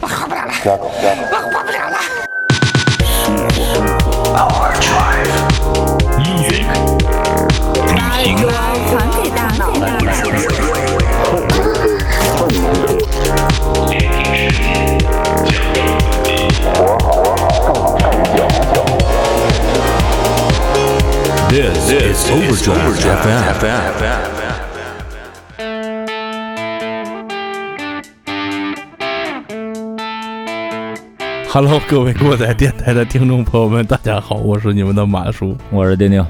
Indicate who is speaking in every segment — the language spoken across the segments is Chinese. Speaker 1: 我活不了了，
Speaker 2: 加口加口。
Speaker 1: 我活不了了。
Speaker 3: Music
Speaker 4: 把耳朵还给大脑。
Speaker 3: This is Overdrive FM.
Speaker 5: 哈喽，各位过载电台的听众朋友们，大家好，我是你们的马叔。
Speaker 6: 我是丁丁，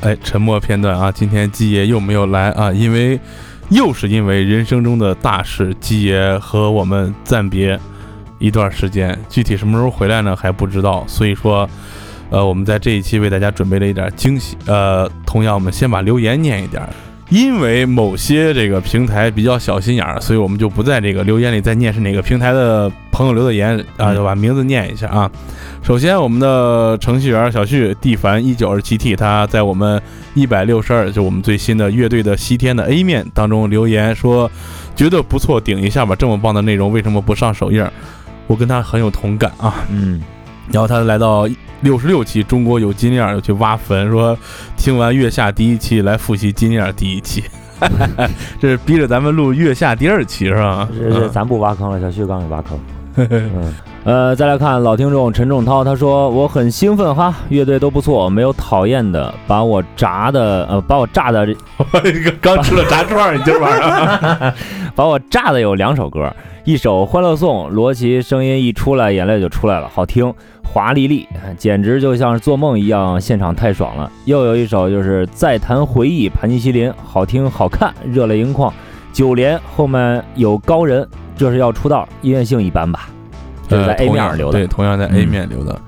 Speaker 5: 哎，沉默片段啊，今天鸡爷又没有来啊，因为又是因为人生中的大事，鸡爷和我们暂别一段时间，具体什么时候回来呢还不知道，所以说，呃，我们在这一期为大家准备了一点惊喜，呃，同样我们先把留言念一点儿。因为某些这个平台比较小心眼儿，所以我们就不在这个留言里再念是哪个平台的朋友留的言啊，就把名字念一下啊。首先，我们的程序员小旭蒂凡一九二七 T，他在我们一百六十二，就我们最新的乐队的西天的 A 面当中留言说，觉得不错，顶一下吧，这么棒的内容为什么不上首页？我跟他很有同感啊。
Speaker 6: 嗯，
Speaker 5: 然后他来到六十六期《中国有金链儿》，又去挖坟，说听完月下第一期来复习金链儿第一期， 这是逼着咱们录月下第二期是吧？
Speaker 6: 这 这咱不挖坑了，小旭刚给挖坑。嗯，呃，再来看老听众陈仲涛，他说我很兴奋哈，乐队都不错，没有讨厌的，把我炸的呃，把我炸的
Speaker 5: 刚吃了炸串儿，你今儿 晚上
Speaker 6: 把我炸的有两首歌，一首《欢乐颂》，罗琦声音一出来，眼泪就出来了，好听，华丽丽，简直就像是做梦一样，现场太爽了。又有一首就是《再谈回忆》，盘尼西林，好听好看，热泪盈眶。九连后面有高人，这是要出道，音乐性一般吧？这是在
Speaker 5: 呃
Speaker 6: A
Speaker 5: 同
Speaker 6: 面
Speaker 5: 样
Speaker 6: 儿留的
Speaker 5: 对，同样在 A
Speaker 6: 嗯
Speaker 5: 面留的。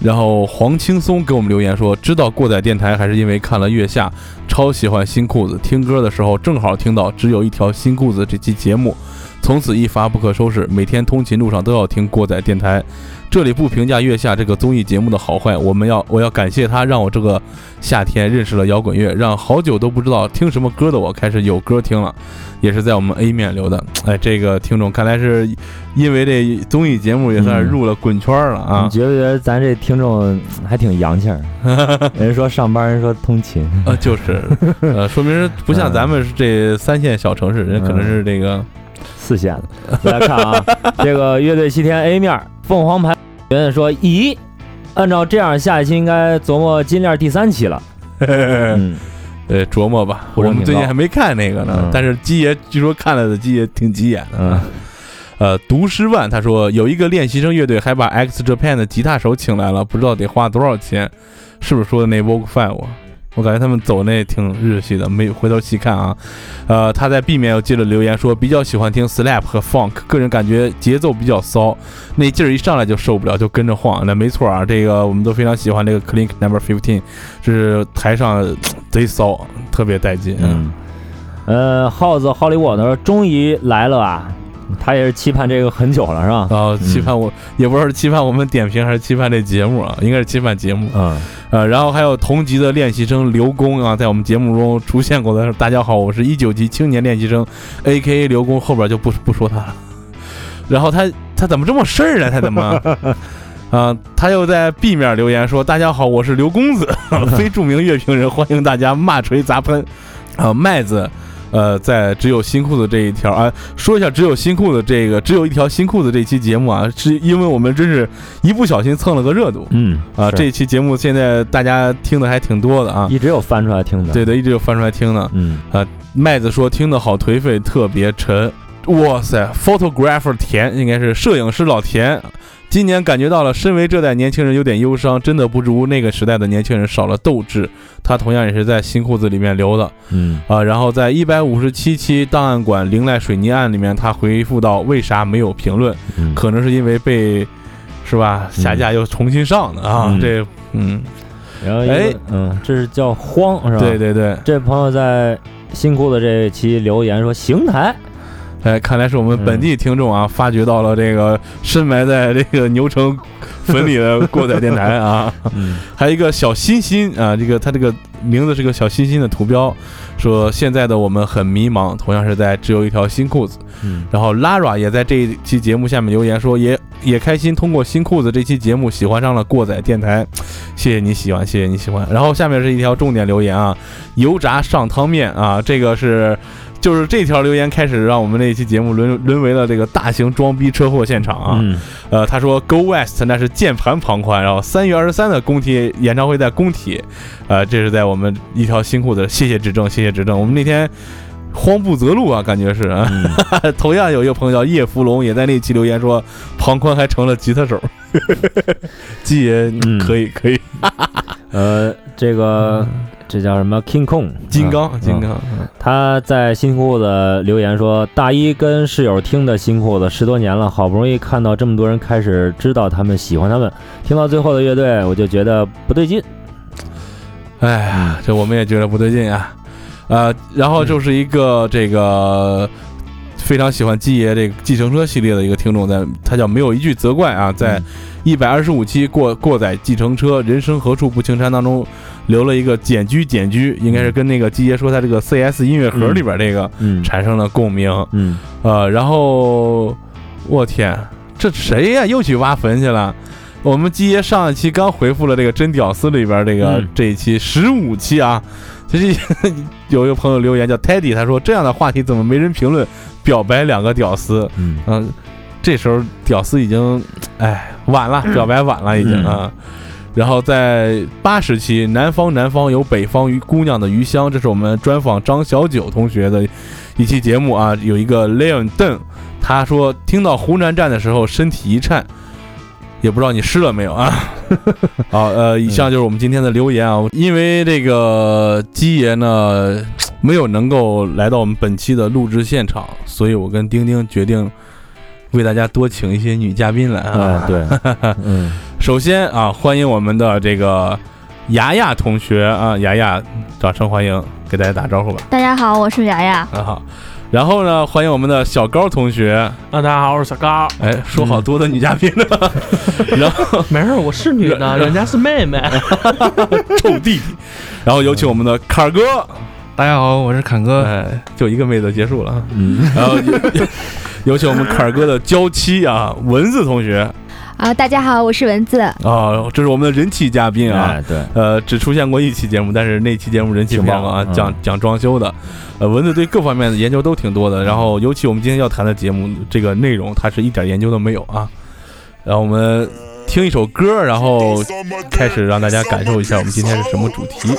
Speaker 5: 然后黄青松给我们留言说，知道过载电台还是因为看了月下，超喜欢新裤子。听歌的时候正好听到只有一条新裤子这期节目，从此一发不可收拾。每天通勤路上都要听过载电台。这里不评价月下这个综艺节目的好坏，我们要我要感谢他，让我这个夏天认识了摇滚乐，让好久都不知道听什么歌的我开始有歌听了，也是在我们 A 面留的。哎，这个听众看来是因为这综艺节目也算是
Speaker 6: 嗯
Speaker 5: 入了滚圈了啊。
Speaker 6: 你觉不觉得咱这听众还挺 洋气儿？人说上班，人说通勤，
Speaker 5: 啊，就是， 呃，说明是不像
Speaker 6: 嗯
Speaker 5: 咱们是这三线小城市，人家可能是这个，
Speaker 6: 四线的。再来看啊，这个乐队西天 A 面儿凤凰牌学院说，咦，按照这样，下一期应该琢磨金链第三期了。嗯，
Speaker 5: 呃，琢磨吧。
Speaker 6: 呼
Speaker 5: 我
Speaker 6: 声
Speaker 5: 们
Speaker 6: 挺
Speaker 5: 最近
Speaker 6: 高
Speaker 5: 还没看那个呢
Speaker 6: 嗯，
Speaker 5: 但是鸡爷据说看了的鸡爷挺急眼的。
Speaker 6: 嗯，
Speaker 5: 呃，毒师万他说有一个练习生乐队还把 X Japan 的吉他手请来了，不知道得花多少钱，是不是说的那 Vogue Five？啊我感觉他们走那挺日系的，没回头细看啊。呃，他在 B 面又接着留言说，比较喜欢听 Slap 和 Funk，个人感觉节奏比较骚，那劲儿一上来就受不了，就跟着晃。那没错啊，这个我们都非常喜欢这个 Clink Number Fifteen，这是台上呃贼骚，特别带劲。
Speaker 6: 嗯，呃，耗子好利沃他说终于来了啊，他也是期盼这个很久了是吧？
Speaker 5: 然后期盼我、也不知道是期盼我们点评还是期盼这节目啊，应该是期盼节目。
Speaker 6: 嗯，
Speaker 5: 呃，然后还有同级的练习生刘工啊，在我们节目中出现过的。大家好，我是一九级青年练习生，A K A 刘工，后边就不不说他了。然后他他怎么这么事儿呢？他怎么？啊、他又在 B 面留言说：“大家好，我是刘公子， 非著名乐评人，欢迎大家骂锤砸喷。”啊，麦子，呃，在只有新裤子这一条啊，说一下只有新裤子这个只有一条新裤子这期节目啊，是因为我们真是一不小心蹭了个热度，
Speaker 6: 嗯
Speaker 5: 啊，
Speaker 6: 是
Speaker 5: 这一期节目现在大家听的还挺多的啊，
Speaker 6: 一直有翻出来听的。
Speaker 5: 对，对，一直有翻出来听呢。
Speaker 6: 嗯，
Speaker 5: 麦子说听的好颓废，特别沉。哇塞，photographer 田应该是摄影师老田，今年感觉到了，身为这代年轻人有点忧伤，真的不如那个时代的年轻人少了斗志。他同样也是在新裤子里面留的，
Speaker 6: 嗯
Speaker 5: 啊，然后在一百五十七期档案馆灵濑水泥案里面，他回复到为啥没有评论，
Speaker 6: 嗯，
Speaker 5: 可能是因为被，是吧下架又重新上的啊，
Speaker 6: 嗯
Speaker 5: 这嗯，
Speaker 6: 然后一个
Speaker 5: 哎
Speaker 6: 嗯，这是叫慌是吧？
Speaker 5: 对对对，
Speaker 6: 这朋友在新裤子这期留言说：“邢台，
Speaker 5: 哎，看来是我们本地听众啊，发掘到了这个深埋在这个牛城坟里的过载电台啊。
Speaker 6: 嗯，
Speaker 5: 还有一个小心心啊，这个他这个名字是个小心心的图标，说现在的我们很迷茫，同样是在只有一条新裤子。
Speaker 6: 嗯
Speaker 5: 然后 Lara 也在这一期节目下面留言说也也开心通过新裤子这期节目喜欢上了过载电台，谢谢你喜欢，谢谢你喜欢。然后下面是一条重点留言啊，油炸上汤面啊，这个是。就是这条留言开始，让我们这一期节目沦沦为了这个大型装逼车祸现场啊！
Speaker 6: 嗯
Speaker 5: 呃，他说 Go West 那是键盘庞宽，然后三月二十三的工体演唱会在工体，呃，这是在我们一条新裤子，谢谢指正，谢谢指正。我们那天慌不择路啊，感觉是啊。
Speaker 6: 嗯，
Speaker 5: 同样有一个朋友叫叶福龙，也在那期留言说庞宽还成了吉他 手， 季爷
Speaker 6: 嗯
Speaker 5: 可以可以，
Speaker 6: 呃，这个
Speaker 5: 嗯
Speaker 6: 这叫什么 King Kong
Speaker 5: 金刚、
Speaker 6: 嗯
Speaker 5: 金刚，
Speaker 6: 他在新裤子留言说，大一跟室友听的新裤子十多年了，好不容易看到这么多人开始知道他们喜欢他们，听到最后的乐队，我就觉得不对劲。
Speaker 5: 哎呀，这我们也觉得不对劲啊，呃，然后就是一个这个。非常喜欢季爷这个计程车系列的一个听众在，他叫没有一句责怪啊，
Speaker 6: 嗯
Speaker 5: 在一百二十五期过过载计程车人生何处不青山当中留了一个简居简居，应该是跟那个季爷说他这个 CS 音乐盒里边这个
Speaker 6: 嗯
Speaker 5: 产生了共鸣，
Speaker 6: 嗯
Speaker 5: 呃，然后我天，这谁呀、又去挖坟去了？我们基爷上一期刚回复了这个“真屌丝”里边这个、
Speaker 6: 嗯
Speaker 5: 这一期十五期啊，这是有一个朋友留言叫 Teddy，他说这样的话题怎么没人评论？表白两个屌丝，
Speaker 6: 嗯
Speaker 5: 嗯、这时候屌丝已经哎晚了，表白晚了已经啊。然后在八十期《南方南方有北方与姑娘的余香》，这是我们专访张小九同学的一期节目啊，有一个 Leon 邓，他说听到湖南站的时候身体一颤，也不知道你湿了没有啊。好，呃，以上就是我们今天的留言啊。因为这个鸡爷呢没有能够来到我们本期的录制现场，所以我跟丁丁决定为大家多请一些女嘉宾来啊。
Speaker 6: 啊对，嗯
Speaker 5: 首先啊，欢迎我们的这个雅雅同学啊，雅雅，掌声欢迎，给大家打招呼吧。
Speaker 1: 大家好，我是雅雅。
Speaker 5: 很好。然后呢，欢迎我们的小高同学。
Speaker 2: 啊，大家好，我是小高。
Speaker 5: 哎，说好多的女嘉宾呢，然后
Speaker 2: 没事，我是女的，人家是妹妹。
Speaker 5: 臭弟弟，然后有请我们的坎儿哥。
Speaker 7: 大家好，我是侃哥。
Speaker 5: 哎，就一个妹子结束了啊。
Speaker 6: 嗯
Speaker 5: 然后有 有请我们坎儿哥的娇妻啊，蚊子同学
Speaker 1: 啊，大家好，我是蚊子。
Speaker 5: 啊，这是我们的人气嘉宾啊。
Speaker 6: 哎对，
Speaker 5: 呃，只出现过一期节目，但是那期节目人气非常高啊，
Speaker 6: 挺棒嗯
Speaker 5: 讲讲装修的。呃，蚊子对各方面的研究都挺多的，然后尤其我们今天要谈的节目这个内容，他是一点研究都没有啊。然后我们听一首歌，然后开始让大家感受一下我们今天是什么主题。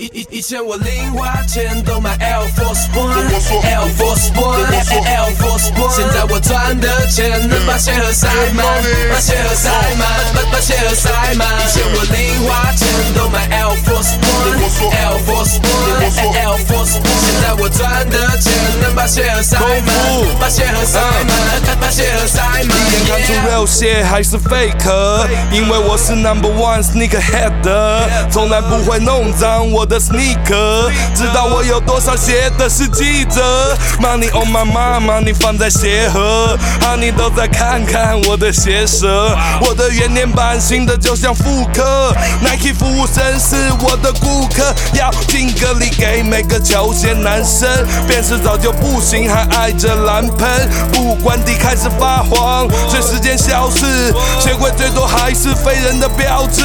Speaker 8: 以以以前我零花钱都买 Air Force One，Air Force One，Air Force One。现在我赚的钱能把鞋盒塞满，把鞋盒塞满，把把鞋盒塞满。以前我零花钱都买 Air Force One，Air Force One，Air Force One。现在我赚的钱能把鞋盒塞满，把鞋盒塞满，把鞋盒塞满。
Speaker 9: 一眼看出 real 鞋还是 fake，因为我是 number one sneaker head，从来不会弄脏我的 sneaker，知道我有多少鞋的是记者，money on my mind，money 放在鞋盒，honey 都在看看我的鞋舌，我的原点版新的就像复刻，Nike 服务生是我的顾客，要尽个力给每个球鞋男生，便是早就不行还爱着蓝喷，不管底开始发黄，随时间消逝，鞋柜最多还是飞人的标志。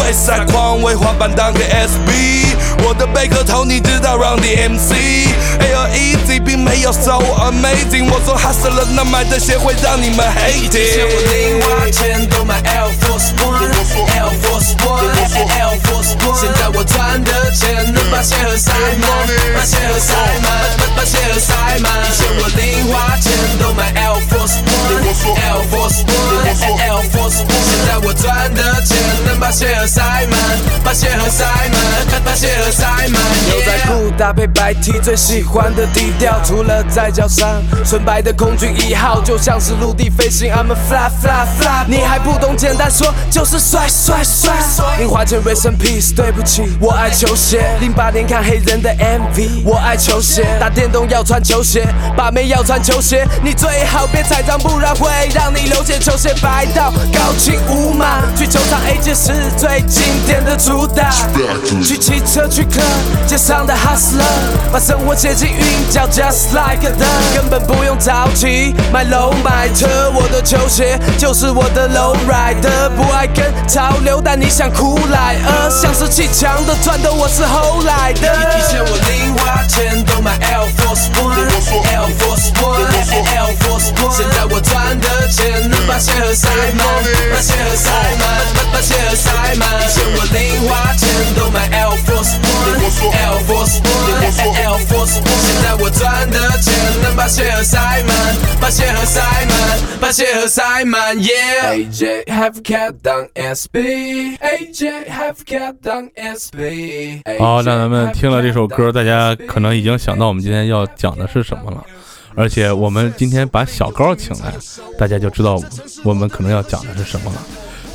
Speaker 9: 为赛狂为滑板当个 SB，我的贝壳头你知道 Round the MC。L Easy E 并没有 so amazing，我说 hustle 那买的鞋会让你们 hate
Speaker 8: 以前我
Speaker 9: it。
Speaker 8: 零花钱都买 Air Force One，Air Force One，Air Force One。现在我赚的钱能把鞋盒塞满，把鞋盒塞满，把把鞋盒塞满。以前我零花钱都买 Air Force One，Air Force One，Air Force One。现在我赚的钱能把把鞋盒塞满，把鞋盒塞满，把鞋盒塞满。
Speaker 9: 牛仔裤搭配白 T，最喜欢的低调，除了在脚上，纯白的空军一号就像是陆地飞行，I'm a fly fly fly。你还不懂，简单说就是帅帅帅。零花钱 rest in peace，对不起，我爱球鞋。零八年看黑人的 MV，我爱球鞋。打电动要穿球鞋，把妹要穿球鞋，你最好别踩脏，不然会让你流血。球鞋白到高清无码，去球场 A 街是最经典的主打。去骑车去 club，街上的 hustler，把生活写进韵脚，just like a dog，根本不用着急买楼买车，我的球鞋就是我的 low rider，不爱跟潮流，但你想酷来呃，像是砌墙的砖头，我是后来的。
Speaker 8: 以前我零花钱都买 Air Force One，Air Force One，Air Force One。现在我赚的钱能把鞋盒塞满，把鞋盒塞满，把鞋盒塞满。以前我零花钱都买 Air Force One，Air Force One，Air Force One。现在我赚的钱能把鞋盒塞满，把鞋盒塞满，把鞋盒塞满。Yeah。
Speaker 9: AJ have cat down SB AJ have cat down SB
Speaker 5: 好，那咱们听了这首歌，大家可能已经想到我们今天要讲的是什么了。而且我们今天把小高请来，大家就知道我们可能要讲的是什么了。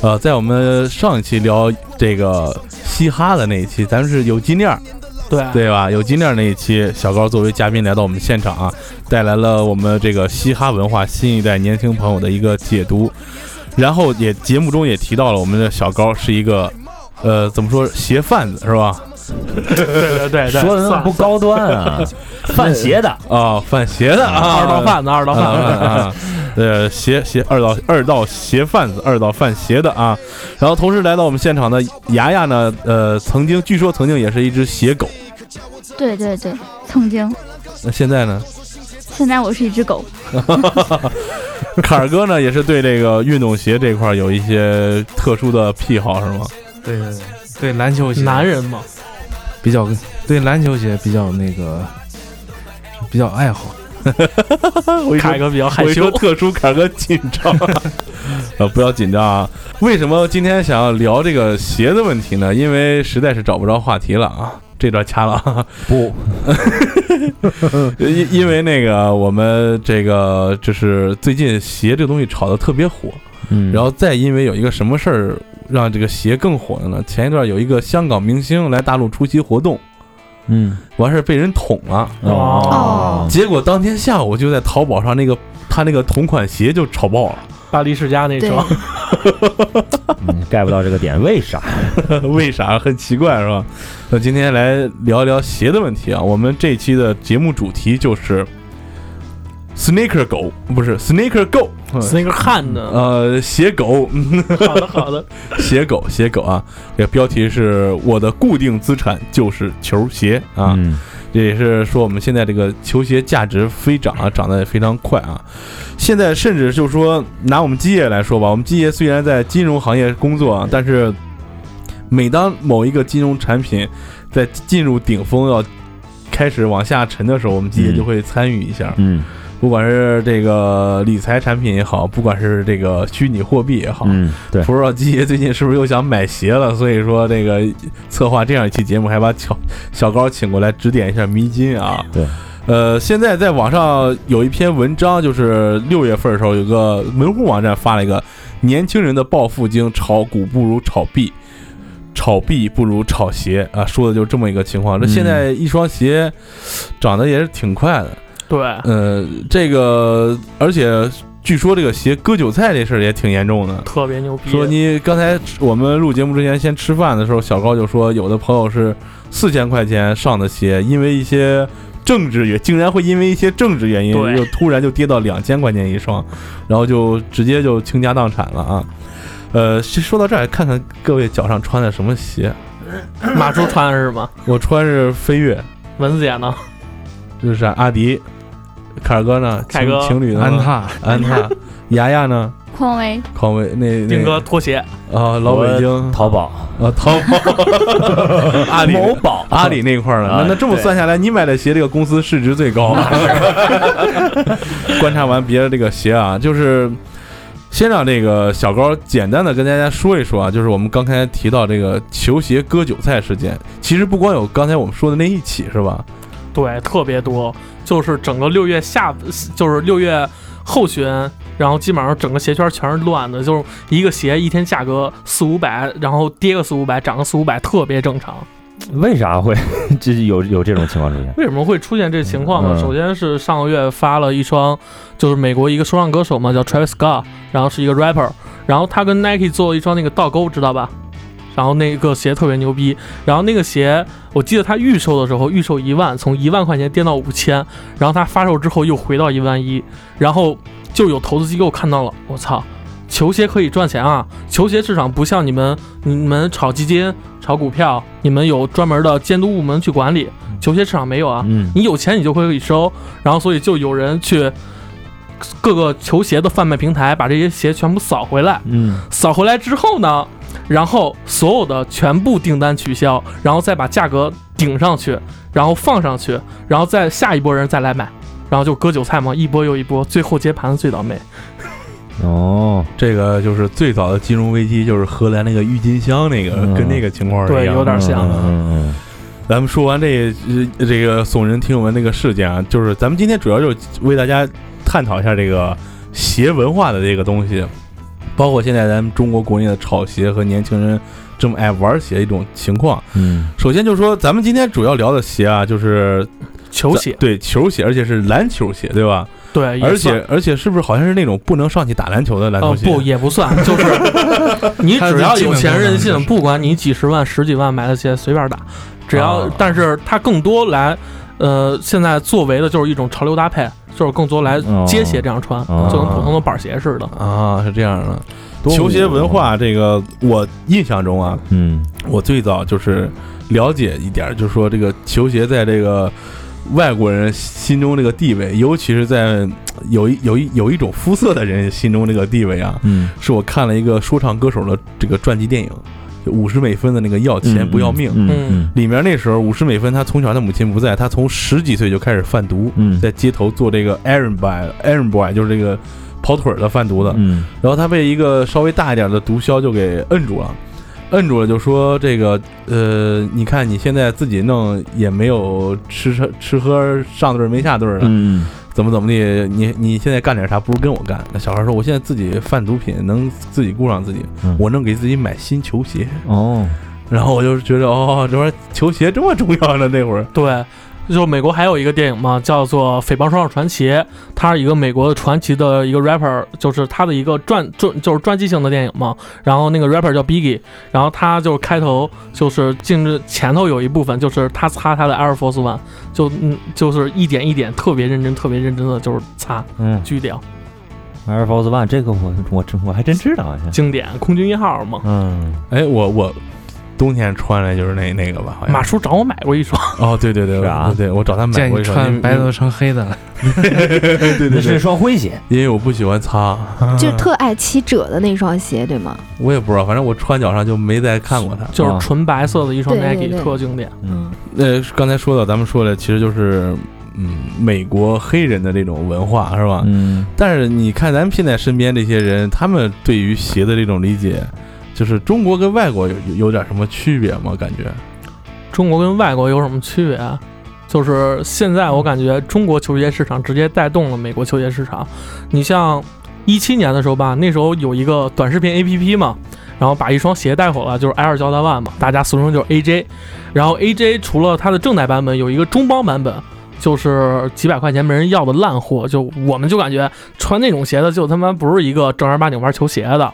Speaker 5: 呃，在我们上一期聊这个嘻哈的那一期，咱们是有金链儿，
Speaker 2: 对
Speaker 5: 对吧？有金链儿那一期，小高作为嘉宾来到我们现场啊，带来了我们这个嘻哈文化新一代年轻朋友的一个解读。然后也节目中也提到了我们的小高是一个，呃，怎么说鞋贩子是吧？
Speaker 2: 对对对对，
Speaker 6: 说的那么不
Speaker 2: 算
Speaker 6: 高端啊，贩鞋的，
Speaker 7: 哦
Speaker 5: 啊、贩鞋的啊，
Speaker 2: 二道贩子，二道
Speaker 5: 啊
Speaker 2: 贩子。
Speaker 5: 啊啊！呃，鞋鞋二道二道鞋贩子，二道贩鞋的啊。然后同时来到我们现场的牙牙呢，呃，曾经据说曾经也是一只鞋狗，
Speaker 1: 对对对，曾经，
Speaker 5: 那现在 呢，
Speaker 1: 现在我是一只狗，
Speaker 5: 坎儿哥呢也是对这个运动鞋这块儿有一些特殊的癖好，是吗？
Speaker 7: 对对对，对篮球鞋
Speaker 2: 男人嘛，
Speaker 7: 比较对篮球鞋比较那个比较爱好，
Speaker 5: 我一说
Speaker 2: 凯哥比较害
Speaker 5: 我一
Speaker 2: 羞。
Speaker 5: 说特殊，坎儿哥紧张。呃，不要紧张啊！为什么今天想要聊这个鞋的问题呢？因为实在是找不着话题了啊！这段掐了啊。
Speaker 6: 不，
Speaker 5: 因因为那个我们这个就是最近鞋这个东西炒得特别火，
Speaker 6: 嗯
Speaker 5: 然后再因为有一个什么事儿让这个鞋更火了呢？前一段有一个香港明星来大陆出席活动，
Speaker 6: 嗯，
Speaker 5: 完事儿被人捅了，
Speaker 1: 哦，
Speaker 5: 结果当天下午就在淘宝上那个他那个同款鞋就炒爆了，
Speaker 2: 巴黎世家那
Speaker 1: 对
Speaker 2: 时候，
Speaker 6: 嗯 get 不到这个点，为啥？
Speaker 5: 为啥很奇怪是吧？那今天来聊一聊鞋的问题啊，我们这期的节目主题就是 sneaker 狗，不是 sneaker go。
Speaker 2: 那个汉的，
Speaker 5: 呃，鞋狗， 嗯
Speaker 2: 好的好的，
Speaker 5: 鞋狗，鞋狗啊！这个标题是我的固定资产就是球鞋啊，
Speaker 6: 嗯
Speaker 5: 这也是说我们现在这个球鞋价值飞涨啊，涨得也非常快啊。现在甚至就是说，拿我们基业来说吧，我们基业虽然在金融行业工作啊，但是每当某一个金融产品在进入顶峰要开始往下沉的时候，我们基业
Speaker 6: 嗯
Speaker 5: 就会参与一下。
Speaker 6: 嗯
Speaker 5: 不管是这个理财产品也好，不管是这个虚拟货币也好，
Speaker 6: 嗯，对，
Speaker 5: 不知道基爷最近是不是又想买鞋了，所以说这个策划这样一期节目，还把小小高请过来指点一下迷津啊。
Speaker 6: 对，
Speaker 5: 呃，现在在网上有一篇文章，就是六月份的时候，有个门户网站发了一个“年轻人的暴富经：炒股不如炒币，炒币不如炒鞋”啊，说的就是这么一个情况。这
Speaker 6: 嗯
Speaker 5: 现在一双鞋涨得也是挺快的，
Speaker 2: 对，
Speaker 5: 呃，这个而且据说这个鞋割韭菜这事儿也挺严重的。
Speaker 2: 特别牛逼。
Speaker 5: 说你刚才我们录节目之前先吃饭的时候，小高就说有的朋友是四千块钱上的鞋，因为一些政治原，竟然会因为一些政治原因，
Speaker 2: 对
Speaker 5: 又突然就跌到两千块钱一双，然后就直接就倾家荡产了啊。呃，其实说到这儿，看看各位脚上穿的什么鞋。
Speaker 2: 马叔穿的是吗？
Speaker 5: 我穿是飞跃，
Speaker 2: 蚊子也呢？
Speaker 5: 就是阿迪。凯尔哥呢？
Speaker 2: 凯哥
Speaker 5: 情情侣呢？
Speaker 7: 安，踏
Speaker 5: 安踏。牙牙呢？
Speaker 1: 匡威，
Speaker 5: 匡威那那
Speaker 2: 丁哥拖鞋，
Speaker 5: 啊，老北京
Speaker 6: 淘宝、
Speaker 5: 啊，淘宝阿里那
Speaker 6: 某宝、
Speaker 5: 阿里那块儿呢
Speaker 6: 啊？
Speaker 5: 那那这么算下来，你买的鞋这个公司市 值最高。观察完别的这个鞋啊，就是先让这个小高简单的跟大家说一说啊，就是我们刚才提到这个球鞋割韭菜事件，其实不光有刚才我们说的那一起是吧？
Speaker 2: 对，特别多，就是整个六月下，就是六月后旬，然后基本上整个鞋圈全是乱的，就是一个鞋一天价格四五百，然后跌个四五百，涨个四五百，特别正常。
Speaker 6: 为啥会 这有有这种情况出现？
Speaker 2: 为什么会出现这情况呢？
Speaker 6: 嗯
Speaker 2: 首先是上个月发了一双，就是美国一个说唱歌手嘛，叫 Travis Scott，然后是一个 rapper，然后他跟 Nike 做了一双那个倒钩，知道吧？然后那个鞋特别牛逼，然后那个鞋我记得他预售的时候预售一万，从一万块钱跌到五千，然后他发售之后又回到一万一，然后就有投资机构看到了，我操，球鞋可以赚钱啊！球鞋市场不像你们你们炒基金、炒股票，你们有专门的监督部门去管理，球鞋市场没有啊。
Speaker 6: 嗯，
Speaker 2: 你有钱你就会可以收，然后所以就有人去各个球鞋的贩卖平台把这些鞋全部扫回来，
Speaker 6: 嗯，
Speaker 2: 扫回来之后呢，然后所有的全部订单取消，然后再把价格顶上去，然后放上去，然后再下一波人再来买，然后就割韭菜嘛，一波又一波，最后接盘的最倒霉。
Speaker 6: 哦，
Speaker 5: 这个就是最早的金融危机，就是荷兰那个郁金香那个、
Speaker 6: 嗯
Speaker 5: 跟那个情况是一
Speaker 2: 对
Speaker 5: 样的
Speaker 2: 有点像
Speaker 6: 嗯嗯
Speaker 5: 咱们说完这呃这个耸人听闻那个事件啊，就是咱们今天主要就是为大家探讨一下这个鞋文化的这个东西，包括现在咱们中国国内的炒鞋和年轻人这么爱玩鞋一种情况。
Speaker 6: 嗯
Speaker 5: 首先就是说，咱们今天主要聊的鞋啊，就是
Speaker 2: 球鞋，
Speaker 5: 对球鞋，而且是篮球鞋，对吧？
Speaker 2: 对，也
Speaker 5: 而
Speaker 2: 算
Speaker 5: 且而且是不是好像是那种不能上去打篮球的篮
Speaker 2: 呃
Speaker 5: 球鞋？
Speaker 2: 不也不算，就是你只要有钱任性，不管你几十万、十几万买的鞋随便打，只要、
Speaker 6: 啊
Speaker 2: 但是它更多来，呃，现在作为的就是一种潮流搭配，就是更多来
Speaker 6: 哦
Speaker 2: 街鞋这样穿，
Speaker 6: 哦
Speaker 2: 就跟普通的板鞋似的。
Speaker 5: 啊，是这样的。
Speaker 6: 多
Speaker 5: 球鞋
Speaker 6: 五
Speaker 5: 文化这个，我印象中啊，
Speaker 6: 嗯
Speaker 5: 我最早就是了解一点儿，就是说这个球鞋在这个外国人心中这个地位，尤其是在有一有一有一种肤色的人心中这个地位啊，
Speaker 6: 嗯
Speaker 5: 是我看了一个说唱歌手的这个传记电影，就五十美分的那个要钱不要命。
Speaker 6: 嗯
Speaker 5: 里面那时候，五十美分他从小他母亲不在，他从十几岁就开始贩毒，
Speaker 6: 嗯
Speaker 5: 在街头做这个 errand boy，errand boy 就是这个跑腿儿的贩毒的。
Speaker 6: 嗯
Speaker 5: 然后他被一个稍微大一点的毒枭就给摁住了，摁住了就说这个呃，你看你现在自己弄也没有吃吃吃喝上顿儿没下顿儿的，
Speaker 6: 嗯
Speaker 5: 怎么怎么地，你你现在干点啥不如跟我干。那小孩说，我现在自己贩毒品能自己顾上自己
Speaker 6: 嗯，
Speaker 5: 我能给自己买新球鞋。
Speaker 6: 哦
Speaker 5: 然后我就觉得哦，这玩意儿球鞋这么重要呢那会儿，
Speaker 2: 对，就美国还有一个电影嘛，叫做《匪帮说唱传奇》，它是一个美国的传奇的一个 rapper，就是他的一个传传就是传记性的电影嘛。然后那个 rapper 叫 Biggie，然后他就是开头就是进入前头有一部分就是他擦他的 Air Force One，就嗯就是一点一点特别认真特别认真的就是擦，
Speaker 6: 嗯
Speaker 2: 巨屌，
Speaker 6: ，Air Force One 这个我我真我还真知道好像，
Speaker 2: 经典空军一号嘛。
Speaker 6: 嗯
Speaker 5: 哎，我我冬天穿的就是那那个吧，好像
Speaker 2: 马叔找我买过一双，
Speaker 5: 哦，对对对，
Speaker 6: 是啊
Speaker 5: 我对我找他买
Speaker 7: 见
Speaker 5: 过
Speaker 7: 你
Speaker 5: 一双，因
Speaker 7: 穿
Speaker 5: 为
Speaker 7: 白都成黑的了，
Speaker 5: 对
Speaker 6: 那
Speaker 5: 对
Speaker 6: 是
Speaker 5: 对，
Speaker 6: 双灰鞋，
Speaker 5: 因为我不喜欢擦。
Speaker 10: 就特爱七褶的那双鞋，对吗？
Speaker 5: 我也不知道，反正我穿脚上就没再看过它。
Speaker 2: 就是纯白色的一双
Speaker 10: 对对
Speaker 2: Nike，
Speaker 10: 对
Speaker 2: 特经典。
Speaker 6: 嗯
Speaker 5: 呃，刚才说到，咱们说的其实就是，嗯，美国黑人的这种文化是吧？
Speaker 6: 嗯
Speaker 5: 但是你看咱们现在身边这些人，他们对于鞋的这种理解，就是中国跟外国有有有点什么区别吗？感觉
Speaker 2: 中国跟外国有什么区别啊？就是现在我感觉中国球鞋市场直接带动了美国球鞋市场。你像一七年的时候吧，那时候有一个短视频 APP 嘛，然后把一双鞋带火了，就是 Air Jordan One 嘛，大家俗称就是 AJ。然后 AJ 除了它的正代版本，有一个中帮版本。就是几百块钱没人要的烂货，就我们就感觉穿那种鞋的就他妈不是一个正儿八经玩球鞋的。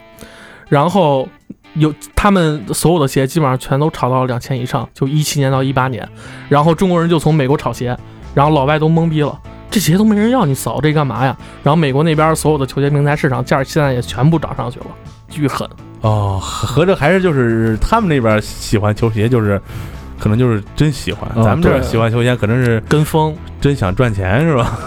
Speaker 2: 然后有他们所有的鞋基本上全都炒到两千以上，就一七年到一八年，然后中国人就从美国炒鞋，然后老外都懵逼了，这鞋都没人要，你扫这干嘛呀？然后美国那边所有的球鞋平台市场价儿现在也全部涨上去了，巨狠。
Speaker 5: 哦，合合着还是就是他们那边喜欢球鞋，就是可能就是真喜欢，
Speaker 6: 哦
Speaker 5: 咱们这儿
Speaker 2: 对
Speaker 5: 喜欢球鞋可能是
Speaker 2: 跟风，
Speaker 5: 真想赚钱是吧？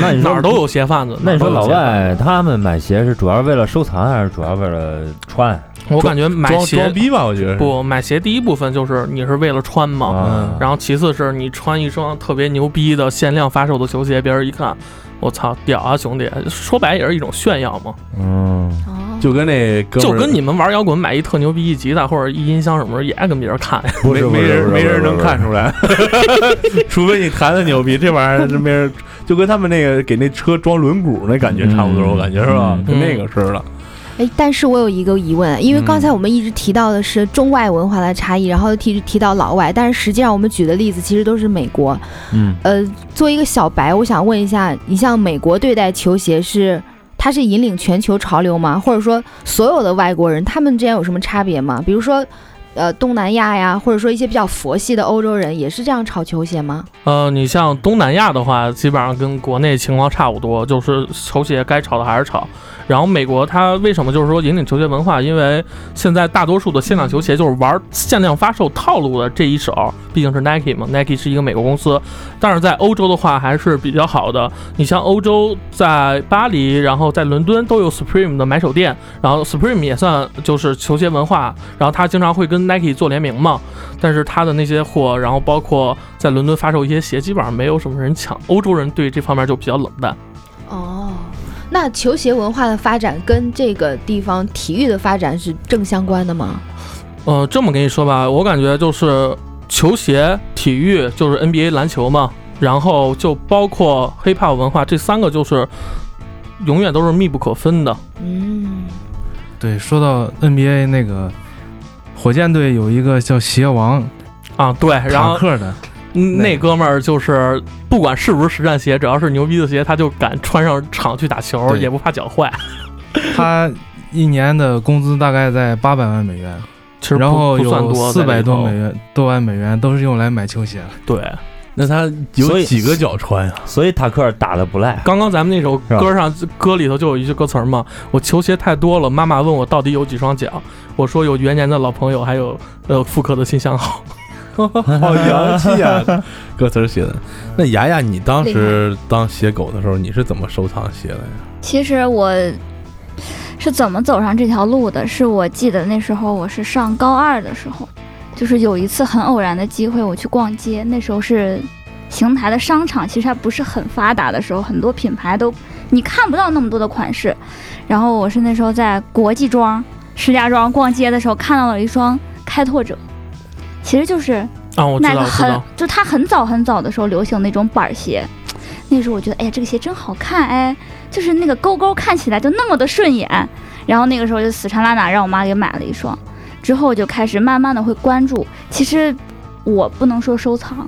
Speaker 6: 那
Speaker 2: 哪
Speaker 6: 你说
Speaker 2: 儿都有鞋贩子。
Speaker 6: 那你说老
Speaker 2: 哪儿
Speaker 6: 外他们买鞋是主要为了收藏，还是主要为了穿
Speaker 2: 都有鞋贩子，我感觉买
Speaker 5: 装
Speaker 2: 鞋
Speaker 5: 装逼吧，我觉得是。
Speaker 2: 不买鞋，第一部分就是你是为了穿嘛，
Speaker 6: 啊？
Speaker 2: 然后其次是你穿一双特别牛逼的限量发售的球鞋，别人一看，我操，屌啊兄弟！说白也是一种炫耀嘛。
Speaker 6: 嗯
Speaker 10: 哦，
Speaker 5: 就跟那哥们
Speaker 2: 就
Speaker 5: 儿
Speaker 2: 跟你们玩摇滚买一特牛逼一吉他或者一音箱什么的，也爱跟别人看呀。
Speaker 6: 不是
Speaker 5: 没
Speaker 6: 不
Speaker 5: 没
Speaker 6: 是
Speaker 5: 人
Speaker 6: 不是
Speaker 5: 没
Speaker 6: 不是
Speaker 5: 人能
Speaker 6: 不是
Speaker 5: 看出 来，除非你弹的牛逼，这玩意儿真没人。就跟他们那个给那车装轮毂那感觉差不多，
Speaker 6: 嗯
Speaker 5: 我感觉是吧
Speaker 6: 嗯？
Speaker 5: 跟那个似的。
Speaker 10: 哎，但是我有一个疑问，因为刚才我们一直提到的是中外文化的差异，然后提提到老外，但是实际上我们举的例子其实都是美国。
Speaker 6: 嗯，
Speaker 10: 呃，作为一个小白，我想问一下，你像美国对待球鞋是，它是引领全球潮流吗？或者说所有的外国人他们之间有什么差别吗？比如说，呃，东南亚呀，或者说一些比较佛系的欧洲人也是这样炒球鞋吗？
Speaker 2: 呃，你像东南亚的话，基本上跟国内情况差不多，就是球鞋该炒的还是炒。然后美国它为什么就是说引领球鞋文化？因为现在大多数的限量球鞋就是玩限量发售套路的这一手，毕竟是 Nike 嘛，Nike 是一个美国公司。但是在欧洲的话还是比较好的，你像欧洲在巴黎，然后在伦敦都有 Supreme 的买手店，然后 Supreme 也算就是球鞋文化，然后它经常会跟 Nike 做联名嘛。但是它的那些货，然后包括在伦敦发售一些鞋，基本上没有什么人抢。欧洲人对这方面就比较冷淡。
Speaker 10: 哦。那球鞋文化的发展跟这个地方体育的发展是正相关的吗？
Speaker 2: 呃，这么跟你说吧，我感觉就是球鞋、体育，就是 NBA 篮球嘛，然后就包括 hiphop 文化，这三个就是永远都是密不可分的。
Speaker 10: 嗯，
Speaker 7: 对，说到 NBA 那个火箭队有一个叫鞋王
Speaker 2: 啊，对，然
Speaker 7: 塔
Speaker 2: 后
Speaker 7: 克的，
Speaker 2: 嗯
Speaker 7: 那
Speaker 2: 那哥们儿就是不管是不是实战鞋，只要是牛逼的鞋，他就敢穿上场去打球，
Speaker 7: 对
Speaker 2: 也不怕脚坏。
Speaker 7: 他一年的工资大概在八百万美元，
Speaker 2: 其实不
Speaker 7: 然后
Speaker 2: 不算
Speaker 7: 有
Speaker 2: 多，
Speaker 7: 四百多美
Speaker 2: 元。
Speaker 7: 元多万美元都是用来买球鞋了。
Speaker 2: 对，
Speaker 5: 那他
Speaker 6: 所
Speaker 5: 有
Speaker 6: 以
Speaker 5: 几个脚穿啊 呀？
Speaker 6: 所以塔克尔打的不赖。
Speaker 2: 刚刚咱们那首
Speaker 6: 是吧
Speaker 2: 歌上歌里头就有一句歌词儿嘛，我球鞋太多了，妈妈问我到底有几双脚，我说有元年的老朋友，还有呃妇科的新相好。
Speaker 5: 好洋气啊！ 歌词儿写的。那雅雅，你当时当鞋狗的时候，你是怎么收藏鞋的呀？
Speaker 1: 其实我是怎么走上这条路的？是我记得那时候我是上高二的时候，就是有一次很偶然的机会，我去逛街，那时候是邢台的商场，其实还不是很发达的时候，很多品牌都你看不到那么多的款式。然后我是那时候在国际庄、石家庄逛街的时候，看到了一双开拓者，其实就是
Speaker 2: 啊，我知
Speaker 1: 那个
Speaker 2: 道，我知
Speaker 1: 很
Speaker 2: 道，
Speaker 1: 就它很早很早的时候流行那种板儿鞋，那时候我觉得，哎呀，这个鞋真好看，哎，就是那个勾勾看起来就那么的顺眼。然后那个时候就死缠烂打让我妈给买了一双，之后我就开始慢慢的会关注。其实我不能说收藏，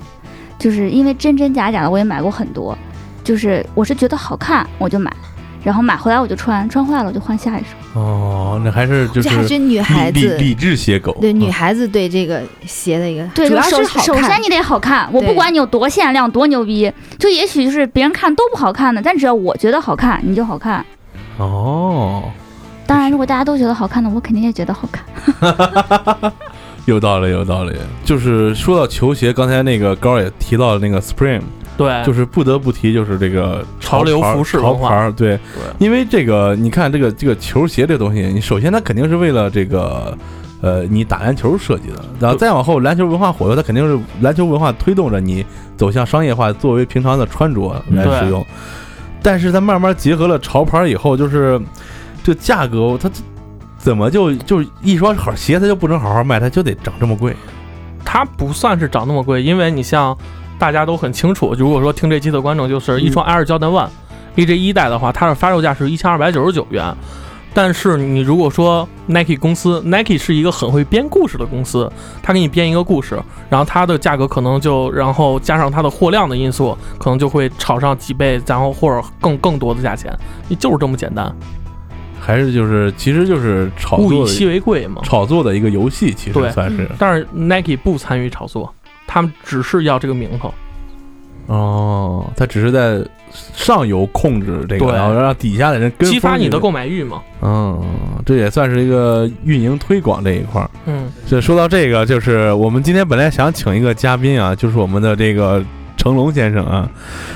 Speaker 1: 就是因为真真假假的我也买过很多，就是我是觉得好看我就买，然后买回来我就穿，穿坏了我就换下一双。
Speaker 5: 哦，那还是就
Speaker 10: 这还
Speaker 5: 是
Speaker 10: 是女孩
Speaker 5: 理
Speaker 10: 子
Speaker 5: 理理智鞋狗。嗯
Speaker 10: 对女孩子对这个鞋的一个，
Speaker 1: 对，
Speaker 10: 主要
Speaker 1: 首
Speaker 10: 是好
Speaker 1: 首
Speaker 10: 看
Speaker 1: 先你得好看，我不
Speaker 10: 对
Speaker 1: 管你有多限量、多牛逼，就也许就是别人看都不好看的，但只要我觉得好看，你就好看。
Speaker 5: 哦，
Speaker 1: 当然，如果大家都觉得好看的，我肯定也觉得好看。
Speaker 5: 有道理，有道理。就是说到球鞋，刚才那个高儿也提到了那个 Spring。
Speaker 2: 对，
Speaker 5: 就是不得不提，就是这个
Speaker 2: 哎潮流
Speaker 5: 牌儿
Speaker 2: 服饰
Speaker 5: 潮
Speaker 2: 文化
Speaker 5: 牌儿，对，因为这个你看这个这个球鞋这东西，你首先它肯定是为了这个。呃，你打篮球设计的，然后再往后篮球文化火了，它肯定是篮球文化推动着你走向商业化，作为平常的穿着来使用。但是它慢慢结合了潮牌儿以后，就是这价格，它这怎么就就一双好鞋，它就不能好好卖，它就得涨这么贵？
Speaker 2: 它不算是涨那么贵，因为你像大家都很清楚，如果说听这期的观众，就是一双 Air Jordan One
Speaker 5: 嗯
Speaker 2: AJ 一代的话，它的发售价是一千二百九十九元。但是你如果说 Nike 公司，Nike 是一个很会编故事的公司，它给你编一个故事，然后它的价格可能就，然后加上它的货量的因素，可能就会炒上几倍，然后或者更更多的价钱，你就是这么简单，
Speaker 5: 还是就是其实就是炒
Speaker 2: 物
Speaker 5: 作
Speaker 2: 以
Speaker 5: 的
Speaker 2: 稀为贵嘛。
Speaker 5: 炒作的一个游戏，其
Speaker 2: 对
Speaker 5: 实算是
Speaker 2: 但是 Nike 不参与炒作，他们只是要这个名头。
Speaker 5: 哦，它只是在上游控制这个，
Speaker 2: 对
Speaker 5: 然后让底下的人跟风
Speaker 2: 激发你的
Speaker 5: 这个
Speaker 2: 购买欲嘛。
Speaker 5: 嗯，这也算是一个运营推广这一块儿。
Speaker 2: 嗯，
Speaker 5: 这说到这个，就是我们今天本来想请一个嘉宾啊，就是我们的这个成龙先生啊，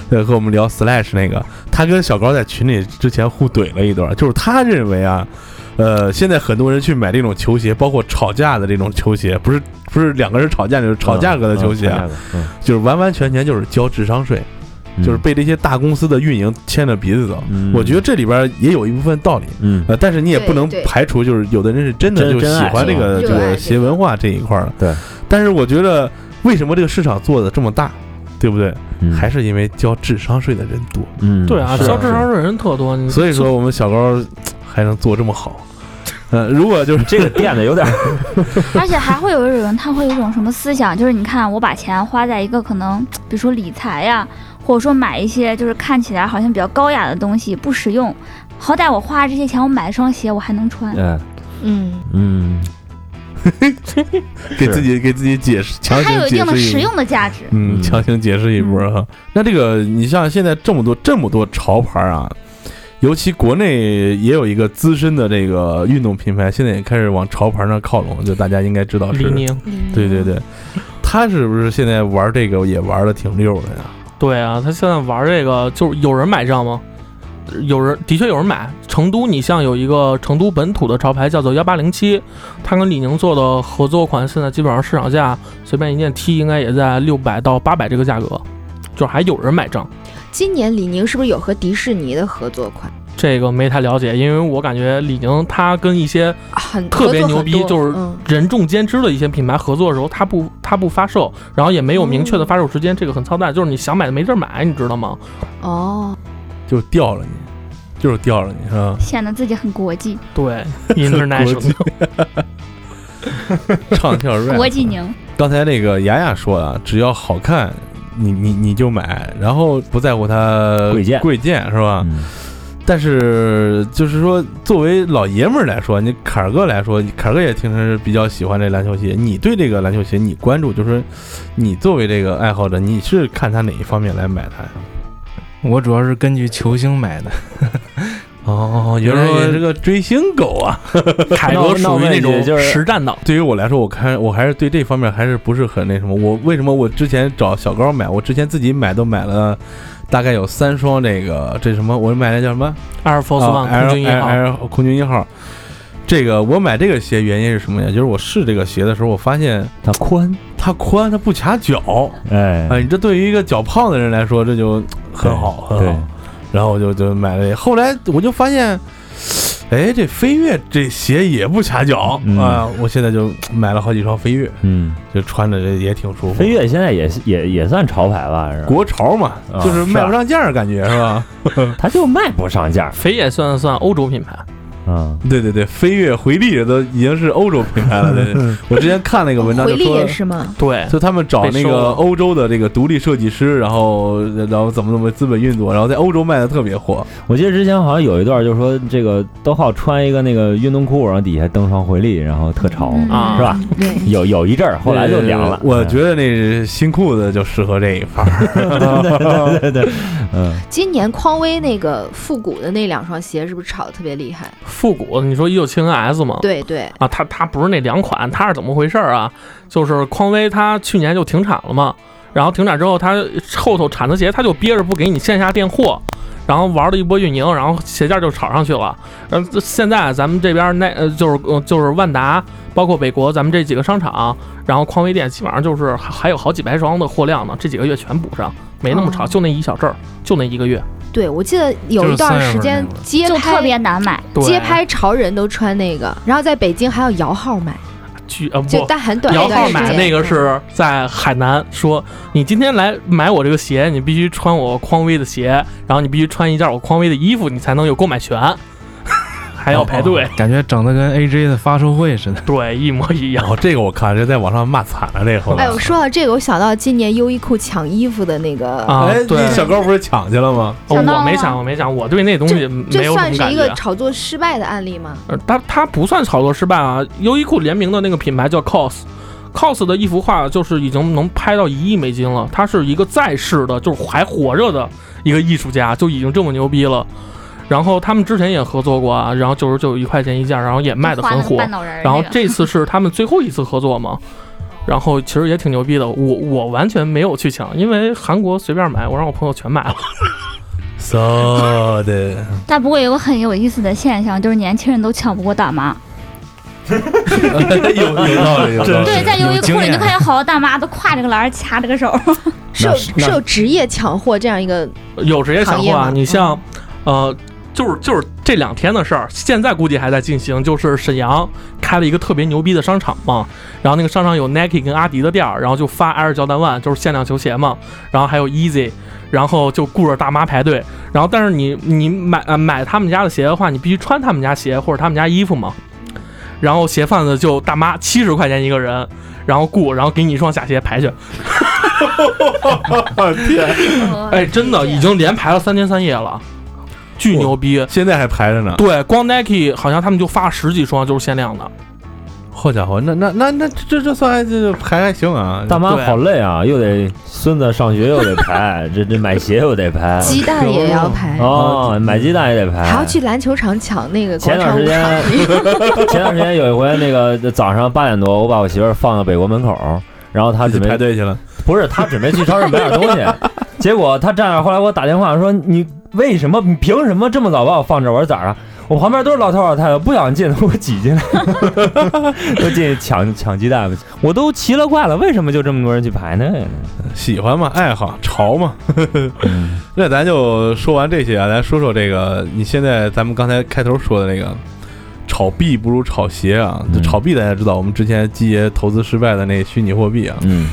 Speaker 5: 对，和我们聊 Slash 那个，他跟小高在群里之前互怼了一段，就是他认为啊，呃，现在很多人去买这种球鞋，包括吵架的这种球鞋，不是
Speaker 2: 嗯
Speaker 5: 不是两个人吵架就是吵价格的球鞋啊，
Speaker 6: 嗯，
Speaker 5: 就是完完全全就是交智商税。就是被这些大公司的运营牵着鼻子走。我觉得这里边也有一部分道理，
Speaker 6: 嗯，
Speaker 5: 呃，但是你也不能
Speaker 10: 对对
Speaker 5: 排除，就是有的人是真的
Speaker 6: 真
Speaker 5: 就
Speaker 6: 真
Speaker 5: 喜
Speaker 6: 爱
Speaker 5: 欢这个
Speaker 10: 是
Speaker 5: 这
Speaker 10: 吧热爱
Speaker 5: 个
Speaker 10: 这
Speaker 5: 鞋
Speaker 10: 个
Speaker 5: 文化这一块儿的。
Speaker 6: 对，
Speaker 5: 但是我觉得为什么这个市场做的这么大，对不对？
Speaker 6: 嗯
Speaker 5: 还是因为交智商税的人多，
Speaker 6: 嗯
Speaker 2: 对啊，
Speaker 5: 是
Speaker 2: 交智商税人特多，你
Speaker 5: 所以说我们小高嘖还能做这么好。呃，如果就是
Speaker 6: 这个垫的有点儿，
Speaker 1: 而且还会有一种，他会有一种什么思想，就是你看我把钱花在一个可能，比如说理财呀，或者说买一些就是看起来好像比较高雅的东西，不实用。好歹我花这些钱，我买了双鞋，我还能穿。
Speaker 6: 嗯
Speaker 10: 嗯，
Speaker 6: 嗯，
Speaker 5: 给自己给自己解释，
Speaker 1: 它
Speaker 5: 强
Speaker 1: 还有
Speaker 5: 行
Speaker 1: 一
Speaker 5: 解
Speaker 1: 定的
Speaker 5: 释
Speaker 1: 实
Speaker 5: 一波，
Speaker 1: 用的价值。
Speaker 5: 嗯，
Speaker 6: 嗯
Speaker 5: 强行解释一波哈。那这个你像现在这么多这么多潮牌啊，尤其国内也有一个资深的这个运动品牌，现在也开始往潮牌那靠拢，就大家应该知道是
Speaker 2: 李宁，
Speaker 5: 对对对， 他是不是现在玩这个也玩的挺溜的呀？
Speaker 2: 对啊，他现在玩这个就是有人买账吗？有人的确有人买。成都，你像有一个成都本土的潮牌叫做幺八零七，它跟李宁做的合作款，现在基本上市场价随便一件 T 应该也在六百到八百这个价格，就还有人买账。
Speaker 10: 今年李宁是不是有和迪士尼的合作款？
Speaker 2: 这个没太了解，因为我感觉李宁它跟一些
Speaker 10: 啊很
Speaker 2: 特别
Speaker 10: 合作
Speaker 2: 牛
Speaker 10: 很
Speaker 2: 逼
Speaker 10: 多
Speaker 2: 就是
Speaker 10: 嗯
Speaker 2: 人众皆知的一些品牌合作的时候，它不它不发售，然后也没有明确的发售时间，这个很操蛋，就是你想买的没地儿买，你知道吗？
Speaker 10: 哦，
Speaker 5: 就掉了你，就是掉了你是吧？
Speaker 1: 显得自己很国际，
Speaker 2: 对 ，international
Speaker 5: 唱跳 rap。
Speaker 1: 国际宁。
Speaker 5: 刚才那个雅雅说啊，只要好看，你你你就买，然后不在乎它
Speaker 6: 贵贱
Speaker 5: 贵贱是吧？
Speaker 6: 嗯
Speaker 5: 但是就是说，作为老爷们儿来说，你坎儿哥来说，坎儿哥也平时比较喜欢这篮球鞋。你对这个篮球鞋你关注，就是说你作为这个爱好者，你是看它哪一方面来买它呀？
Speaker 7: 我主要是根据球星买的，
Speaker 5: 哦，原来也是个追星狗啊！
Speaker 2: 凯哥属于那种实战党，
Speaker 5: 对于我来说，我看我还是对这方面还是不是很那什么。我为什么我之前找小高买，我之前自己买都买了，大概有三双这个这什么，我买的叫什么
Speaker 2: 啊，Air Force One 空军一号，
Speaker 5: 啊 Air- Air- Air 空军一号。这个我买这个鞋原因是什么呀？就是我试这个鞋的时候，我发现
Speaker 6: 它宽，
Speaker 5: 它宽，它不卡脚。
Speaker 6: 哎
Speaker 5: 哎，你这对于一个脚胖的人来说，这就很好，很
Speaker 6: 对
Speaker 5: 好。然后我就就买了。后来我就发现，哎，这飞跃这鞋也不卡脚、
Speaker 6: 嗯
Speaker 5: 啊！我现在就买了好几双飞跃，
Speaker 6: 嗯，
Speaker 5: 就穿着这也挺舒服。
Speaker 6: 飞跃现在也是也也算潮牌吧，是吧
Speaker 5: 国潮嘛，
Speaker 6: 啊
Speaker 5: 就是卖不上价儿，感觉是吧？
Speaker 6: 它就卖不上价，
Speaker 2: 肥也算算欧洲品牌，
Speaker 6: 嗯，
Speaker 5: 对对对，飞跃回力这都已经是欧洲品牌 了。对对对我之前看那个文章
Speaker 10: 回
Speaker 5: 就
Speaker 10: 力
Speaker 5: 说
Speaker 10: 也。是吗？
Speaker 2: 对，
Speaker 5: 就他们找那
Speaker 2: 被收
Speaker 5: 个
Speaker 2: 了
Speaker 5: 欧洲的这个独立设计师，然后然后怎么怎么资本运作，然后在欧洲卖的特别火。
Speaker 6: 我记得之前好像有一段就是说这个都好穿一个那个运动裤，然后底下蹬双回力，然后特潮，
Speaker 10: 嗯
Speaker 2: 啊
Speaker 6: 是吧？
Speaker 10: 对，
Speaker 6: 有有一阵儿，后来就凉了。嗯
Speaker 5: 对呃我觉得那新裤子就适合这一范儿。
Speaker 6: 得对对对，嗯，
Speaker 10: 今年匡威那个复古的那两双鞋是不是炒得特别厉害？
Speaker 2: 复古，你说一九七零 S 吗？
Speaker 10: 对对，
Speaker 2: 啊，它它不是那两款，它是怎么回事儿啊？就是匡威它去年就停产了嘛，然后停产之后，它后头产的鞋它就憋着不给你线下垫货，然后玩了一波运营，然后鞋价就炒上去了。嗯、这现在咱们这边那呃就是呃就是万达，包括北国，咱们这几个商场，然后匡威店基本上就是还还有好几百双的货量呢，这几个月全补上，没那么炒，
Speaker 10: 哦
Speaker 2: 就那一小阵儿，就那一个月。
Speaker 10: 对我记得有一段时间
Speaker 7: 就是
Speaker 10: 街
Speaker 1: 就特
Speaker 10: 拍
Speaker 1: 别难买，
Speaker 2: 对
Speaker 10: 街拍潮人都穿那个，然后在北京还有摇号买，
Speaker 2: 巨呃不
Speaker 10: 就，但很短
Speaker 2: 摇
Speaker 10: 一段
Speaker 2: 号
Speaker 10: 时间。
Speaker 2: 买那个是在海南，说你今天来买我这个鞋，你必须穿我匡威的鞋，然后你必须穿一件我匡威的衣服，你才能有购买权， 还
Speaker 5: 哦
Speaker 2: 要排队。
Speaker 7: 哦感觉整的跟 AJ 的发售会似的。
Speaker 2: 对，一模一
Speaker 5: 然
Speaker 2: 样。
Speaker 5: 后哦这个我看这在网上骂惨了，这个后
Speaker 10: 哎
Speaker 5: 来。
Speaker 10: 呦，说到这个，我想到今年优衣库抢衣服的那个，
Speaker 2: 啊
Speaker 5: 哎，
Speaker 2: 对
Speaker 5: 你小高不是抢去了吗？
Speaker 2: 哦
Speaker 1: 想到了
Speaker 2: 我
Speaker 1: 吗
Speaker 2: 没想，我没想，我对那东西
Speaker 10: 这
Speaker 2: 没有什
Speaker 10: 算
Speaker 2: 么
Speaker 10: 是
Speaker 2: 感
Speaker 10: 一
Speaker 2: 觉
Speaker 10: 个。炒作失败的案例吗？
Speaker 2: 呃它它不算炒作失败啊，优衣库联名的那个品牌叫 COS。COS 的一幅画就是已经能拍到一亿美金了，他是一个在世的，就是还活着的一个艺术家，就已经这么牛逼了。然后他们之前也合作过啊，然后九十九一块钱一件，然后也卖得
Speaker 1: 花
Speaker 2: 很
Speaker 1: 那
Speaker 2: 火。
Speaker 1: 半脑仁儿
Speaker 2: 然后
Speaker 1: 那个
Speaker 2: 这次是他们最后一次合作嘛，然后其实也挺牛逼的。我我完全没有去抢，因为韩国随便买，我让我朋友全买了。
Speaker 5: so 的，
Speaker 1: 但不过有个很有意思的现象，就是年轻人都抢不过大妈。
Speaker 5: 有有道理，有道理。
Speaker 1: 对，在优衣
Speaker 7: 有经
Speaker 1: 库
Speaker 2: 呃
Speaker 1: 里你
Speaker 7: 验
Speaker 1: 就看见好多大妈都挎着个篮儿，掐着个手，
Speaker 10: 是有
Speaker 2: 那
Speaker 10: 是有职业抢货这样一个，
Speaker 2: 有职业抢
Speaker 10: 行
Speaker 2: 货
Speaker 10: 业
Speaker 2: 啊
Speaker 10: 嘛，
Speaker 2: 你像，呃，就是就是这两天的事儿，现在估计还在进行。就是沈阳开了一个特别牛逼的商场嘛，然后那个商场有 Nike 跟阿迪的店儿，然后就发 Air Jordan One，就是限量球鞋嘛，然后还有 Easy，然后就雇着大妈排队。然后但是你你买呃买他们家的鞋的话，你必须穿他们家鞋或者他们家衣服嘛。然后鞋贩子就大妈七十块钱一个人，然后雇，然后给你一双假鞋排去。哎，真的已经连排了三天三夜了，巨牛逼！
Speaker 5: 现在还排着呢。
Speaker 2: 对，光 Nike 好像他们就发了十几双，就是限量的。
Speaker 5: 好家伙，那那那那这这算这还还行啊。
Speaker 6: 大妈好累啊，又得孙子上学又得排，这这买鞋又得排，
Speaker 10: 鸡蛋也要排，
Speaker 6: 哦，买鸡蛋也得排，
Speaker 10: 哎还要去篮球场抢那个广
Speaker 6: 前段
Speaker 10: 场
Speaker 6: 时
Speaker 10: 舞
Speaker 6: 间
Speaker 10: 场地。
Speaker 6: 前段时间有一回，那个早上八点多，我把我媳妇儿放到北国门口，然后她
Speaker 5: 自
Speaker 6: 准
Speaker 5: 己排
Speaker 6: 备
Speaker 5: 队去了。
Speaker 6: 不是她准备去超市买点东西， 结果她站那儿，后来给我打电话说你为什么你凭什么这么早把我放这儿？我说咋了？我旁边都是老头老太太，不想进， 我挤进来，都进去抢抢鸡蛋，我都奇了怪了，为什么就这么多人去排呢？
Speaker 5: 喜欢嘛，爱好潮嘛。 那咱就说完这些啊，咱说说这个，你现在咱们刚才开头说的那个，炒币不如炒鞋啊。
Speaker 6: 嗯
Speaker 5: 炒币大家知道，我们之前基爷投资失败的那虚拟货币啊，
Speaker 6: 嗯，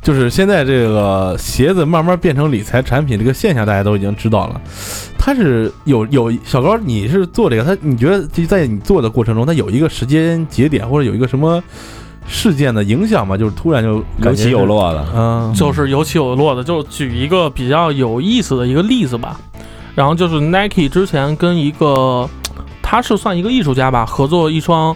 Speaker 5: 就是现在这个鞋子慢慢变成理财产品这个现象，大家都已经知道了。它是有有小高，你是做这个，他你觉得就在你做的过程中，它有一个时间节点或者有一个什么事件的影响吗？就是突然就
Speaker 6: 有
Speaker 5: 感觉
Speaker 6: 起有，落的，
Speaker 5: 嗯，
Speaker 2: 就是有起有落的。就举一个比较有意思的一个例子吧，然后就是 Nike 之前跟一个，他是算一个艺术家吧，合作一双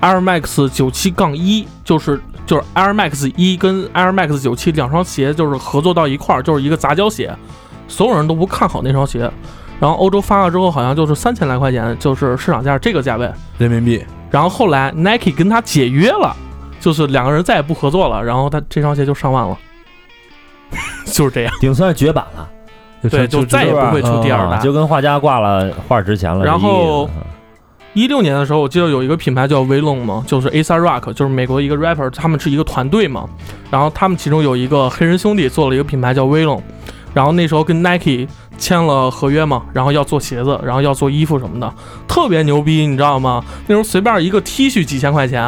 Speaker 2: Air Max 九七杠一，就是就是 Air Max 一跟 Air Max 九七两双鞋就是合作到一块儿，就是一个杂交鞋，所有人都不看好那双鞋。然后欧洲发了之后，好像就是三千来块钱，就是市场价这个价位。
Speaker 5: 人民币。
Speaker 2: 然后后来 Nike 跟他解约了，就是两个人再也不合作了，然后他这双鞋就上万了， 就是这样。
Speaker 6: 顶算是绝版了，
Speaker 2: 对，就再也不会出第二
Speaker 6: 啊
Speaker 2: 代。
Speaker 6: 就跟画家挂了画值钱了。啊
Speaker 2: 然后
Speaker 6: 这意思
Speaker 2: 一六年的时候，我记得有一个品牌叫威龙嘛，就是 a s a Rock，就是美国一个 rapper，他们是一个团队嘛。然后他们其中有一个黑人兄弟做了一个品牌叫威龙，然后那时候跟 Nike 签了合约嘛，然后要做鞋子，然后要做衣服什么的，特别牛逼，你知道吗？那时候随便一个 T 恤几千块钱，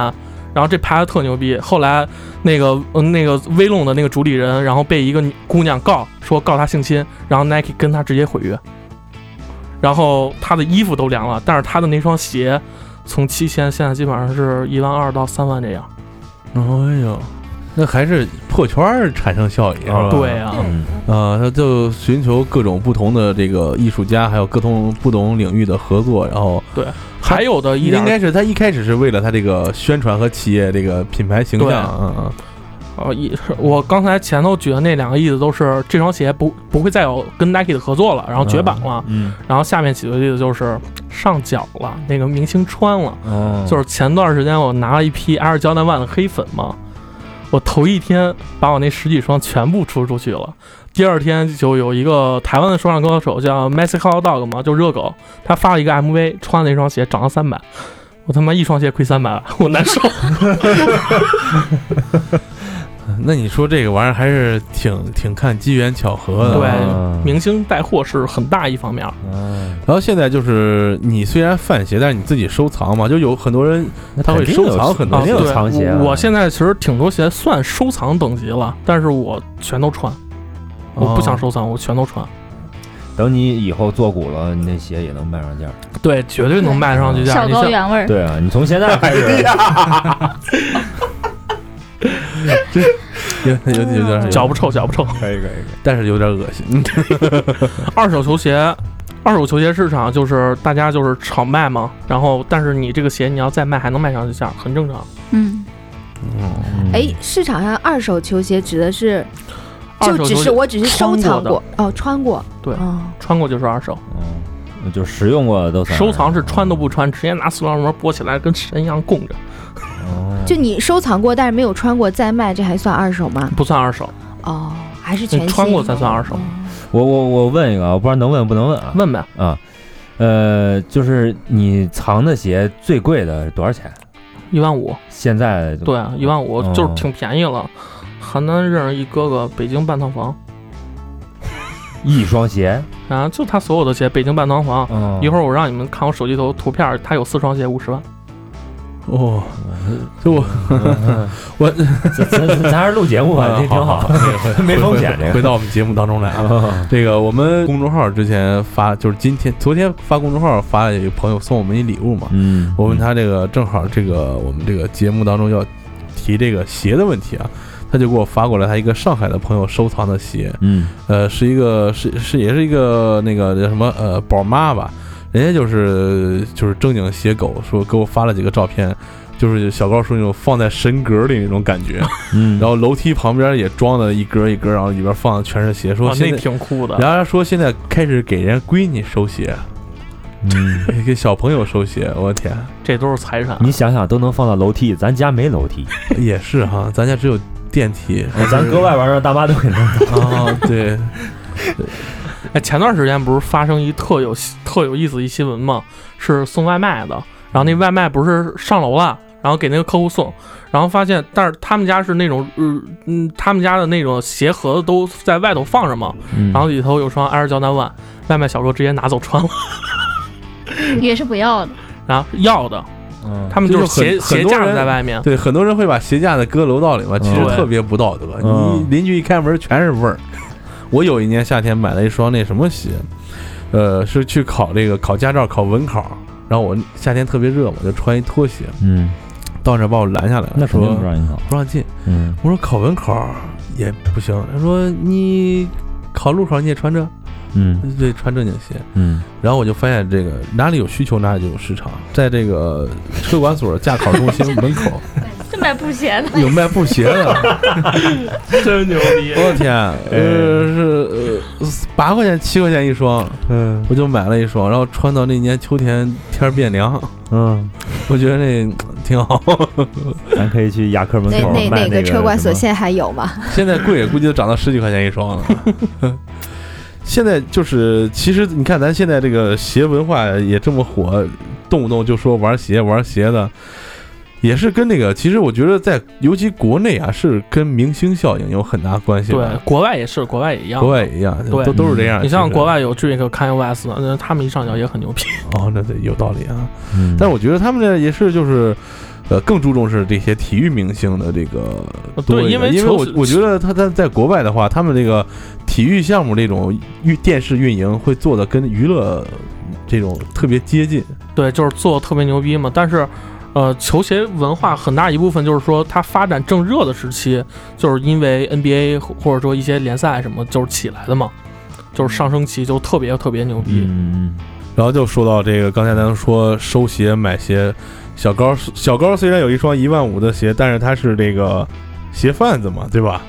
Speaker 2: 然后这牌子特牛逼。后来那个、呃、那个威龙的那个主理人，然后被一个女姑娘告，说告他性侵，然后 Nike 跟他直接毁约。然后他的衣服都凉了，但是他的那双鞋从七千现在基本上是一万二到三万这样。
Speaker 5: 哎呦，那还是破圈儿产生效益是吧？
Speaker 2: 对啊，
Speaker 6: 嗯
Speaker 5: 啊，他就寻求各种不同的这个艺术家，还有各同不同领域的合作，然后
Speaker 2: 还有的一
Speaker 5: 应
Speaker 2: 点
Speaker 5: 该是他一开始是为了他这个宣传和企业这个品牌形象，
Speaker 2: 对
Speaker 6: 啊
Speaker 5: 嗯嗯，
Speaker 2: 呃，一我刚才前头举的那两个例子都是这双鞋不不会再有跟 Nike 的合作了，然后绝版了。
Speaker 5: 嗯，
Speaker 2: 然后下面几个例子就是上脚了，那个明星穿了。
Speaker 5: 嗯
Speaker 6: 哦
Speaker 2: 就是前段时间我拿了一批 Air Jordan One 的黑粉嘛，我头一天把我那十几双全部出出去了，第二天就有一个台湾的说唱歌手叫 Mexico Dog 嘛，就热狗，他发了一个 MV，穿了那双鞋涨了三百，我他妈一双鞋亏三百，我难受。
Speaker 5: 那你说这个玩意儿还是挺挺看机缘巧合的， 啊
Speaker 2: 对
Speaker 6: 嗯
Speaker 2: 明星带货是很大一方面，
Speaker 6: 嗯
Speaker 5: 然后现在就是你虽然贩鞋，但是你自己收藏嘛，就有很多 人
Speaker 6: 那
Speaker 5: 他会
Speaker 6: 肯定有
Speaker 5: 收藏很多
Speaker 2: 啊，
Speaker 6: 肯定
Speaker 2: 对，
Speaker 6: 有藏鞋啊。
Speaker 2: 我我现在其实挺多鞋算收藏等级了，但是我全都穿，我
Speaker 6: 哦
Speaker 2: 不想收藏，我全都穿。
Speaker 6: 等你以后做股了，你那鞋也能卖上价儿。
Speaker 10: 哎
Speaker 2: 对，绝对能卖上去价。
Speaker 1: 小
Speaker 2: 你
Speaker 1: 高
Speaker 2: 像
Speaker 1: 原味儿。
Speaker 6: 对啊，你从现 在开
Speaker 10: 哎
Speaker 6: 始，
Speaker 5: 有有有
Speaker 6: 哎
Speaker 5: 有点
Speaker 2: 脚不臭，脚不臭。
Speaker 6: 可以可以。
Speaker 5: 但是有点恶心。
Speaker 2: 二手球鞋，二手球鞋市场就是大家就是炒卖嘛，然后但是你这个鞋你要再卖还能卖上去价，很正常。
Speaker 1: 嗯，
Speaker 6: 嗯
Speaker 10: 哎，市场上二手球鞋指的是，
Speaker 2: 二
Speaker 10: 就
Speaker 2: 手
Speaker 10: 只
Speaker 2: 球
Speaker 10: 是
Speaker 2: 鞋
Speaker 10: 我只是收藏
Speaker 2: 穿过
Speaker 10: 过哦，穿过
Speaker 2: 对
Speaker 10: 哦
Speaker 2: 穿过就是二手，
Speaker 6: 嗯，那就实用过的都算
Speaker 2: 收藏是穿都不穿，直接拿塑料膜裹起来跟神一样供着，
Speaker 6: 哦
Speaker 10: 就你收藏过但是没有穿过再卖，这还算二手吗？
Speaker 2: 不算二手。
Speaker 10: 哦，还是全
Speaker 2: 你
Speaker 10: 新
Speaker 2: 穿过才算二手，
Speaker 6: 我我我问一个啊，我不知道能问不能问啊？
Speaker 2: 问呗。
Speaker 6: 啊，呃，就是你藏的鞋最贵的是多少钱？
Speaker 2: 一万五，
Speaker 6: 现在
Speaker 2: 对，一万五
Speaker 5: 嗯
Speaker 6: 哦
Speaker 2: 就是挺便宜了。邯郸认识一哥哥，北京半套房
Speaker 6: 一双鞋，
Speaker 2: 啊，就他所有的鞋，北京半套房。
Speaker 6: 嗯
Speaker 2: 一会儿我让你们看我手机头图片儿，他有四双鞋，五十万。
Speaker 5: 哦，就我
Speaker 6: 嗯
Speaker 5: 我
Speaker 6: 咱咱咱还是录节目吧，这挺好， 没风险这个。
Speaker 5: 回到我们节目当中来啊。
Speaker 6: 啊
Speaker 5: 这个我们公众号之前发，就是今天昨天发公众号发了有一个朋友送我们一礼物嘛，
Speaker 6: 嗯，
Speaker 5: 我问他这个正好这个我们这个节目当中要提这个鞋的问题啊，他就给我发过来他一个上海的朋友收藏的鞋，
Speaker 6: 嗯，
Speaker 5: 呃，是一个是是也是一个那个叫什么呃宝妈吧，人家就是就是正经鞋狗，说给我发了几个照片，就是小高说那种放在神格里那种感 觉，
Speaker 6: 嗯，
Speaker 5: 然后楼梯旁边也装了一格一格，然后里边放的全是鞋，说
Speaker 2: 哇，
Speaker 5: 现
Speaker 2: 哦啊那
Speaker 5: 在。
Speaker 2: 挺酷的。
Speaker 5: 然后他说现在开始给人家闺女收鞋，
Speaker 6: 嗯，
Speaker 5: 给小朋友收鞋，我天，
Speaker 2: 这都是财 产。
Speaker 6: 你想想都能放到楼梯，咱家没楼 梯，
Speaker 5: 也是哈，咱家只有电 梯，
Speaker 6: 咱搁外边让大妈都给弄走。
Speaker 5: 啊，对，
Speaker 2: 哎，前段时间不是发生一特有特有意思一新闻吗？是送外卖的，然后那外卖不是上楼了，然后给那个客户送，然后发现，但是他们家是那种，嗯嗯，他们家的那种鞋盒子都在外头放着嘛，
Speaker 6: 嗯
Speaker 2: 然后里头有双 Air Jordan One，外卖小哥直接拿走穿了，
Speaker 1: 也是不要 的。
Speaker 2: 然后要的，
Speaker 6: 嗯
Speaker 2: 他们就是
Speaker 5: 就是
Speaker 2: 鞋
Speaker 5: 很
Speaker 2: 鞋
Speaker 5: 很多
Speaker 2: 架
Speaker 5: 人
Speaker 2: 在外面，
Speaker 5: 对，很多人会把鞋架子搁楼道里嘛，其实
Speaker 6: 嗯
Speaker 5: 特别不道德。
Speaker 6: 嗯
Speaker 5: 你邻居一开门全是味儿。 我有一年夏天买了一双那什么鞋，呃，是去考这个考驾照考文考，然后我夏天特别热嘛，就穿一拖鞋，
Speaker 6: 嗯，
Speaker 5: 到那儿把我拦下来了，
Speaker 6: 那肯
Speaker 5: 说
Speaker 6: 定不让你走。
Speaker 5: 不让进。
Speaker 6: 嗯，
Speaker 5: 我说考文考也不行，他说你考路考你也穿这，
Speaker 6: 嗯
Speaker 5: 对，穿正经鞋。
Speaker 6: 嗯
Speaker 5: 然后我就发现这个哪里有需求哪里就有市场，在这个车管所驾考中心门口
Speaker 1: 这买布鞋的，
Speaker 5: 有卖布鞋的，
Speaker 2: 真牛逼！哎
Speaker 5: 我的天，呃是呃八块钱七块钱一双，
Speaker 6: 嗯
Speaker 5: 我就买了一双，然后穿到那年秋天天儿变凉，
Speaker 6: 嗯，
Speaker 5: 我觉得那挺好。
Speaker 6: 咱可以去牙科门
Speaker 10: 那
Speaker 6: 口
Speaker 10: 那
Speaker 6: 卖
Speaker 10: 那个
Speaker 6: 个
Speaker 10: 车管所
Speaker 6: 什么
Speaker 10: 现在还有吗？
Speaker 5: 现在贵，估计都涨到十几块钱一双了。 现在就是，其实你看，咱现在这个鞋文化也这么火，动不动就说玩鞋玩鞋的，也是跟那个，其实我觉得在尤其国内啊，是跟明星效应有很大关系
Speaker 2: 对
Speaker 5: 的。，
Speaker 2: 国外也是，国外也一样。
Speaker 5: 国外也一样，
Speaker 2: 对
Speaker 5: 都都是这样。
Speaker 2: 你
Speaker 5: 其
Speaker 2: 像
Speaker 5: 实
Speaker 2: 国外有 Drake、Kanye West，那他们一上脚也很牛逼。
Speaker 5: 哦，那对有道理啊。
Speaker 6: 嗯
Speaker 5: 但是我觉得他们呢也是就是。呃，更注重是这些体育明星的这个
Speaker 2: 呃对
Speaker 5: 多一点
Speaker 2: 因为
Speaker 5: 因为
Speaker 2: 球
Speaker 5: 我
Speaker 2: 是
Speaker 5: 我觉得他在在国外的话，他们这个体育项目这种运电视运营会做的跟娱乐这种特别接近。
Speaker 2: 对，就是做得特别牛逼嘛。但是，呃，球鞋文化很大一部分就是说，它发展正热的时期，就是因为 NBA 或或者说一些联赛什么就是起来的嘛，就是上升期就特别特别牛逼。
Speaker 6: 嗯
Speaker 5: 然后就说到这个，刚才咱们说收鞋买鞋，小高小高虽然有一双一万五的鞋，但是他是这个鞋贩子嘛，对吧？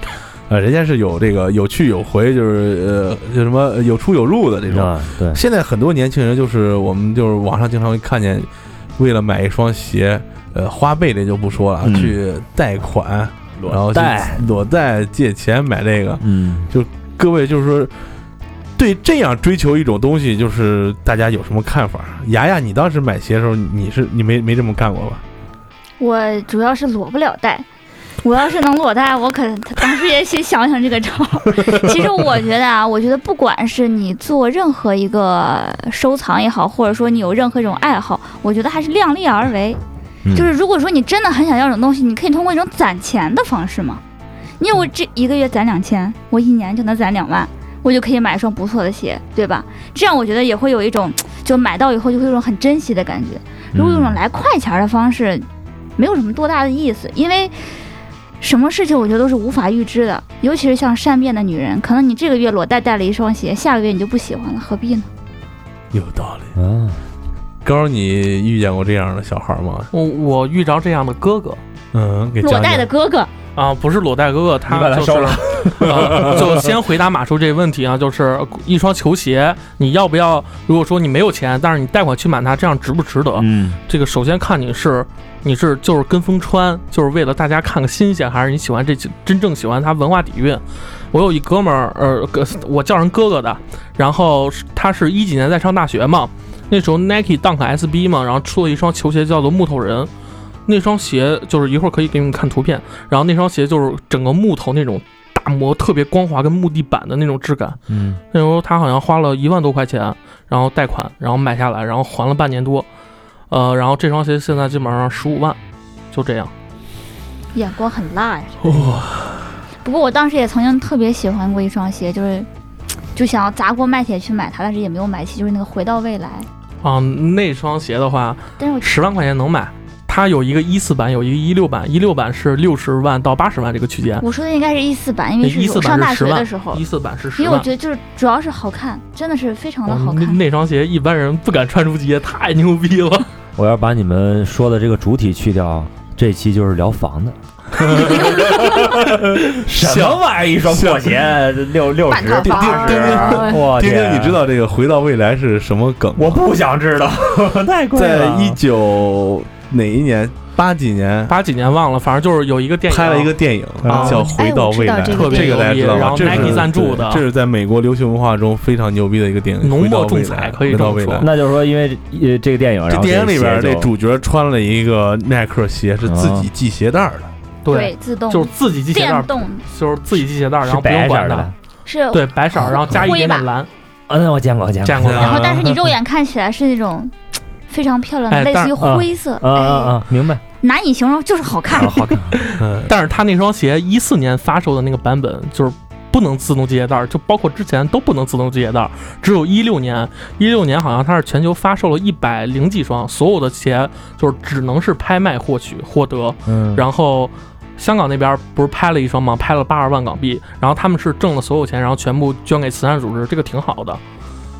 Speaker 5: 呃，人家是有这个有去有回，就是呃，就什么有出有入的这
Speaker 6: 嗯
Speaker 5: 种。
Speaker 6: 啊对，
Speaker 5: 现在很多年轻人就是我们就是网上经常会看见，为了买一双鞋，呃，花呗这就不说了，
Speaker 6: 嗯
Speaker 5: 去贷款，然后去
Speaker 6: 贷
Speaker 5: 裸贷借钱买这个。
Speaker 6: 嗯
Speaker 5: 各位就是说，对这样追求一种东西，就是大家有什么看法？牙牙，你当时买鞋的时候，你是你没没这么干过吧？
Speaker 1: 我主要是裸不了带。我要是能裸带，我可当时也先想想这个招儿。 其实我觉得啊，我觉得不管是你做任何一个收藏也好，或者说你有任何一种爱好，我觉得还是量力而为。
Speaker 6: 嗯
Speaker 1: 就是如果说你真的很想要这种东西，你可以通过一种攒钱的方式嘛。你我这一个月攒两千，我一年就能攒两万，我就可以买一双不错的鞋，对吧？这样我觉得也会有一种，就买到以后就会有一种很珍惜的感觉。如果用
Speaker 2: 嗯
Speaker 1: 种来快钱儿的方式，没有什么多大的意思，因为什么事情我觉得都是无法预知的，尤其是像善变的女人，可能你这个月裸贷带了一双鞋，下个月你就不喜欢了，何必呢？
Speaker 5: 有道理。
Speaker 6: 啊，
Speaker 5: 高，你遇见过这样的小孩吗？
Speaker 6: 嗯
Speaker 2: 我我遇着这样的哥哥
Speaker 5: 嗯，给
Speaker 1: 裸贷的
Speaker 5: 讲
Speaker 1: 哥哥，
Speaker 2: 啊，不是裸贷哥哥，他
Speaker 6: 你把他
Speaker 2: 就是
Speaker 6: 烧了
Speaker 2: 呃就先回答马叔这个问题啊，就是一双球鞋，你要不要？如果说你没有钱，但是你贷款去买它，这样值不值得？
Speaker 6: 嗯
Speaker 2: 这个首先看你是你是就是跟风穿，就是为了大家看个新鲜，还是你喜欢这真正喜欢它文化底蕴。我有一哥们儿，呃，哥我叫人哥哥的，然后是他是一几年在上大学嘛，那时候 Nike Dunk SB 嘛，然后出了一双球鞋叫做木头人，那双鞋就是一会儿可以给你们看图片，然后那双鞋就是整个木头那种大磨，特别光滑，跟木地板的那种质感。
Speaker 5: 嗯，
Speaker 2: 那时候他好像花了一万多块钱，然后贷款，然后买下来，然后还了半年多，呃，然后这双鞋现在基本上十五万，就这样。
Speaker 1: 眼光很辣呀。
Speaker 2: 哇、
Speaker 1: 不过我当时也曾经特别喜欢过一双鞋，就是就想要砸锅卖铁去买它，但是也没有买起，就是那个回到未来。
Speaker 2: 啊，那双鞋的话，
Speaker 1: 但是我
Speaker 2: 十万块钱能买。它有一个一四版，有一个一六版，一六版是六十万到八十万这个区间，
Speaker 1: 我说的应该是一四版，因为
Speaker 2: 哎一
Speaker 1: 是
Speaker 2: 四
Speaker 1: 我上
Speaker 2: 版
Speaker 1: 大
Speaker 2: 是十
Speaker 1: 学的
Speaker 2: 万
Speaker 1: 时候，
Speaker 2: 一四版是十
Speaker 1: 因为
Speaker 2: 万
Speaker 1: 我觉。得就是主要是好看，真的是非常的
Speaker 2: 哇
Speaker 1: 好
Speaker 2: 那
Speaker 1: 看。
Speaker 2: 那双鞋一般人不敢穿出街，太牛逼了。
Speaker 6: 我要把你们说的这个主体去掉，这期就是聊房的。什么玩意儿？一双破鞋 六六十
Speaker 10: 半套
Speaker 6: 八
Speaker 10: 房
Speaker 6: 十，
Speaker 10: 哎
Speaker 6: 我
Speaker 5: 丁
Speaker 6: 天啊
Speaker 5: 丁，你知？道这个《回到未来》是什么梗吗？
Speaker 6: 我不想 知道，太贵
Speaker 5: 在
Speaker 6: 了。
Speaker 5: 一九哪一年？八几年
Speaker 2: 八几年忘了，反正就是有一个电影
Speaker 5: 拍了一个电影
Speaker 2: 啊
Speaker 5: 叫《回到未来
Speaker 10: 哎》，
Speaker 2: 我知道这个
Speaker 5: 这个大家知道
Speaker 2: 然
Speaker 5: 吧？
Speaker 2: 后
Speaker 5: 这是
Speaker 2: Nike 赞助的
Speaker 5: 对这是在美国流行文化中非常牛逼的一个电影，
Speaker 2: 浓
Speaker 5: 回到
Speaker 2: 墨重
Speaker 5: 未
Speaker 2: 彩
Speaker 5: 来，
Speaker 2: 可以
Speaker 5: 回到
Speaker 2: 这么
Speaker 5: 未
Speaker 2: 说
Speaker 5: 来。
Speaker 6: 那就是说，因为呃这个电影，然
Speaker 5: 这
Speaker 6: 后
Speaker 5: 电影里边
Speaker 6: 这
Speaker 5: 这主角穿了一个耐克鞋，是自己系鞋带儿的。
Speaker 1: 对，自动
Speaker 2: 就是自己系鞋带
Speaker 1: 电
Speaker 2: 儿，
Speaker 1: 动
Speaker 2: 就是自己系鞋带儿，然
Speaker 6: 是
Speaker 2: 后不
Speaker 6: 白
Speaker 2: 用
Speaker 6: 色
Speaker 2: 管
Speaker 6: 儿的
Speaker 2: 它
Speaker 6: 吧。。
Speaker 1: 是，
Speaker 2: 对，白色儿，然后加一点点蓝，
Speaker 6: 嗯，我见过，我见过，
Speaker 2: 见过
Speaker 5: 啊
Speaker 1: 然后但是你肉眼看起来是那种非常漂亮的，
Speaker 2: 哎
Speaker 1: 类
Speaker 2: 但
Speaker 1: 似于
Speaker 2: 是
Speaker 1: 灰色，
Speaker 6: 啊啊
Speaker 1: 哎，
Speaker 6: 啊！明白，
Speaker 1: 难以形容，就是 好看
Speaker 6: 啊。好看。
Speaker 5: 嗯，
Speaker 2: 但是他那双鞋一四年发售的那个版本就是不能自动系鞋带儿，就包括之前都不能自动系鞋带儿，只有一六年，一六年好像它是全球发售了一百零几双，所有的鞋就是只能是拍卖获取获得，
Speaker 6: 嗯，
Speaker 2: 然后。香港那边不是拍了一双吗？拍了八十万港币，然后他们是挣了所有钱，然后全部捐给慈善组织，这个挺好的。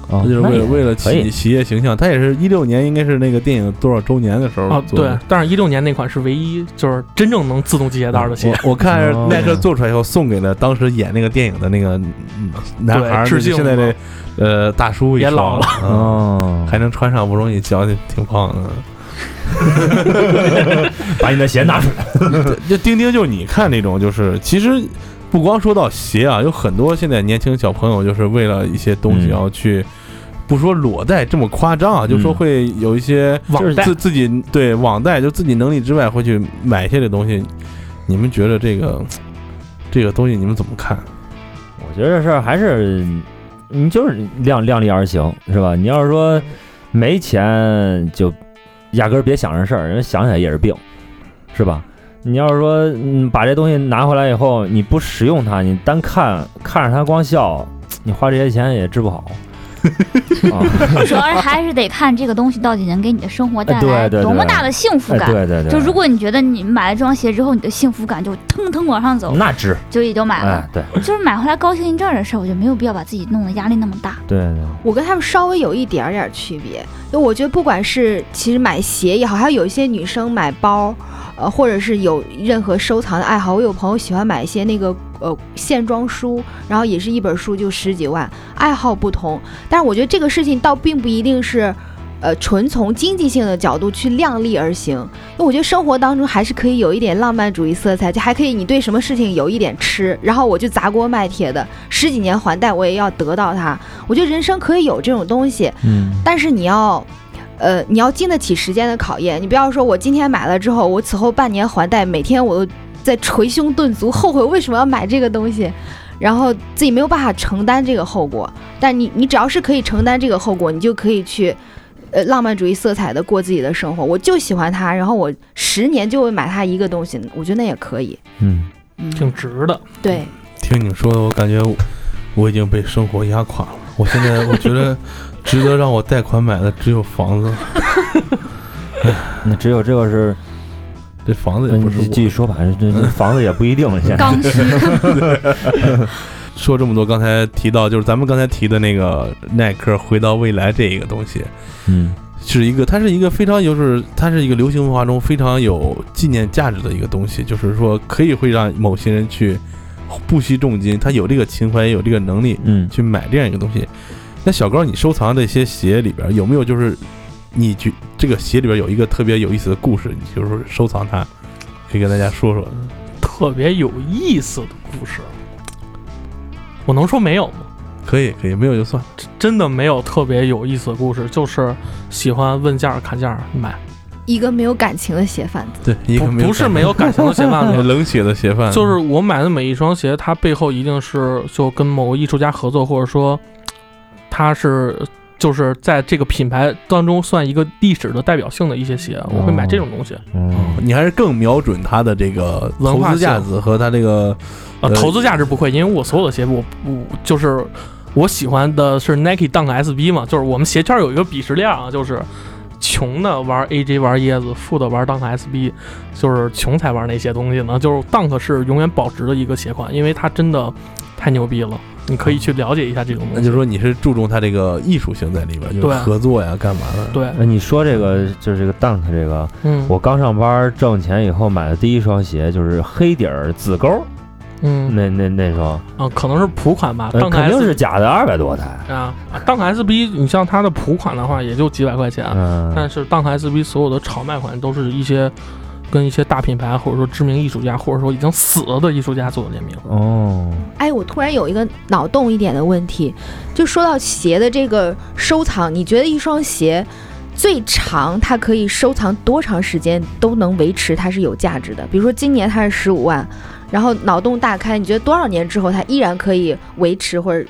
Speaker 6: 哦
Speaker 5: 他就是
Speaker 6: 那
Speaker 5: 为
Speaker 6: 也
Speaker 5: 了为了
Speaker 6: 可以
Speaker 5: 企企业形象，他也是一六年，应该是那个电影多少周年的时候
Speaker 2: 啊，
Speaker 5: 哦做
Speaker 2: 对
Speaker 5: 的。，
Speaker 2: 但是一六年那款是唯一就是真正能自动系鞋带的鞋，
Speaker 5: 我我看是
Speaker 6: 哦
Speaker 5: 耐克做出来以后送给了当时演那个电影的那个嗯男孩儿，
Speaker 2: 致敬
Speaker 5: 现在这呃大叔一
Speaker 2: 也
Speaker 5: 双
Speaker 2: 老了，
Speaker 5: 嗯
Speaker 6: 哦，
Speaker 5: 还能穿上不容易，脚挺挺胖的。
Speaker 6: 把你的鞋拿出来。
Speaker 5: 这丁丁呃就是你看那种，就是其实不光说到鞋啊，有很多现在年轻小朋友就是为了一些东西
Speaker 6: 嗯
Speaker 5: 要去，不说裸贷这么夸张啊，就说会有一些
Speaker 2: 网贷
Speaker 5: 自自己对网贷，就自己能力之外会去买一些这东西。你们觉得这个这个东西你们怎么看？
Speaker 6: 我觉得这事儿还是你就是量量力而行，是吧？你要是说没钱，就压根儿别想这事儿，因为想起来也是病，是吧？你要是说嗯把这东西拿回来以后，你不使用它，你单看看着它光笑，你花这些钱也治 不好。啊，
Speaker 1: 主要是还是得看这个东西到底能给你的生活带
Speaker 6: 对
Speaker 1: 来
Speaker 6: 对对
Speaker 1: 多么大的幸福
Speaker 6: 哎
Speaker 1: 感。
Speaker 6: 对对对，
Speaker 1: 就如果你觉得你买了这双鞋之后，你的幸福感就腾腾往上走，
Speaker 6: 那值，
Speaker 1: 就也就买了
Speaker 6: 嗯哎。，对
Speaker 1: 就是买回来高兴一阵儿的事儿，我就没有必要把自己弄得压力那么大。
Speaker 6: 对对，
Speaker 10: 我跟他们稍微有一点儿点儿区别，就我觉得不管是其实买鞋也好，还有有一些女生买包，呃，或者是有任何收藏的爱好，我有朋友喜欢买一些那个呃线装书，然后也是一本书就十几万，爱好不同，但是我觉得这个事情倒并不一定是。呃，纯从经济性的角度去量力而行，因为我觉得生活当中还是可以有一点浪漫主义色彩，就还可以你对什么事情有一点吃，然后我就砸锅卖铁的，十几年还贷我也要得到它，我觉得人生可以有这种东西，
Speaker 6: 嗯，
Speaker 10: 但是你要，呃，你要经得起时间的考验。你不要说我今天买了之后，我此后半年还贷，每天我都在捶胸顿足，后悔为什么要买这个东西，然后自己没有办法承担这个后果。但你你只要是可以承担这个后果，你就可以去。呃，浪漫主义色彩的过自己的生活，我就喜欢它，然后我十年就会买它一个东西，我觉得那也可以。
Speaker 6: 嗯，
Speaker 2: 挺值的。
Speaker 10: 对，
Speaker 5: 听你们说的，我感觉我我已经被生活压垮了。我现在我觉得值得让我贷款买的只有房子，
Speaker 6: 那只有这个是，
Speaker 5: 这房子也
Speaker 6: 嗯
Speaker 5: 不
Speaker 6: 你
Speaker 5: 是
Speaker 6: 继续说吧，这这房子也不一定了，现在。
Speaker 1: 刚需
Speaker 5: 说这么多，刚才提到就是咱们刚才提的那个耐克回到未来这一个东西，
Speaker 6: 嗯
Speaker 5: 是一个它是一个非常就是它是一个流行文化中非常有纪念价值的一个东西，就是说可以会让某些人去不惜重金，他有这个情怀，也有这个能力
Speaker 6: 嗯，
Speaker 5: 去买这样一个东西。那小高，你收藏这些鞋里边有没有就是你觉这个鞋里边有一个特别有意思的故事，你就是说收藏它，可以跟大家说说。
Speaker 2: 特别有意思的故事。我能说没有吗？
Speaker 5: 可以，可以，没有就算。
Speaker 2: 真的没有特别有意思的故事，就是喜欢问价儿砍价儿买。
Speaker 10: 一个没有感情的鞋贩子。
Speaker 5: 对，一个
Speaker 2: 不是没有感情的鞋 贩子
Speaker 5: 冷血的鞋贩子，
Speaker 2: 就是我买的每一双鞋，它背后一定是就跟某个艺术家合作，或者说它是就是在这个品牌当中算一个历史的代表性的一些鞋，我会买这种东西。
Speaker 6: 嗯，
Speaker 5: 你还是更瞄准它的这个
Speaker 2: 文
Speaker 5: 投
Speaker 2: 化
Speaker 5: 资价
Speaker 2: 性
Speaker 5: 值和它这个
Speaker 2: 呃，
Speaker 5: 呃
Speaker 2: 投资价值不会，因为我所有的鞋我我就是我喜欢的是 Nike Dunk SB 嘛，就是我们鞋圈有一个鄙视链啊，就是。穷的玩 AJ 玩椰子，富的玩 Dunk SB，就是穷才玩那些东西呢。就是 Dunk 是永远保值的一个鞋款，因为它真的太牛逼了，你可以去了解一下这种
Speaker 5: 那
Speaker 2: 东
Speaker 5: 就
Speaker 2: 西。
Speaker 5: 是说你是注重它这个艺术性在里边，就是
Speaker 2: 对
Speaker 5: 合作呀、干嘛的。
Speaker 2: 对，
Speaker 6: 嗯呃那你说这个就是这个 Dunk 这个，
Speaker 2: 嗯，
Speaker 6: 我刚上班挣钱以后买的第一双鞋就是黑底儿紫勾，
Speaker 2: 嗯
Speaker 6: 那那那双，
Speaker 2: 啊，可能是普款吧，
Speaker 6: 呃
Speaker 2: Dunk
Speaker 6: 肯定
Speaker 2: S
Speaker 6: 是假的，二百多台。
Speaker 2: 啊，Dunk SB，你像它的普款的话，也就几百块钱，啊但
Speaker 6: 嗯，
Speaker 2: 是 Dunk SB 所有的炒卖款都是一些跟一些大品牌或者说知名艺术家或者说已经死了的艺术家做的联名。
Speaker 6: 哦，
Speaker 10: 哎，我突然有一个脑洞一点的问题，就说到鞋的这个收藏，你觉得一双鞋最长它可以收藏多长时间都能维持它是有价值的？比如说今年它是十五万，然后脑洞大开，你觉得多少年之后它依然可以维持或者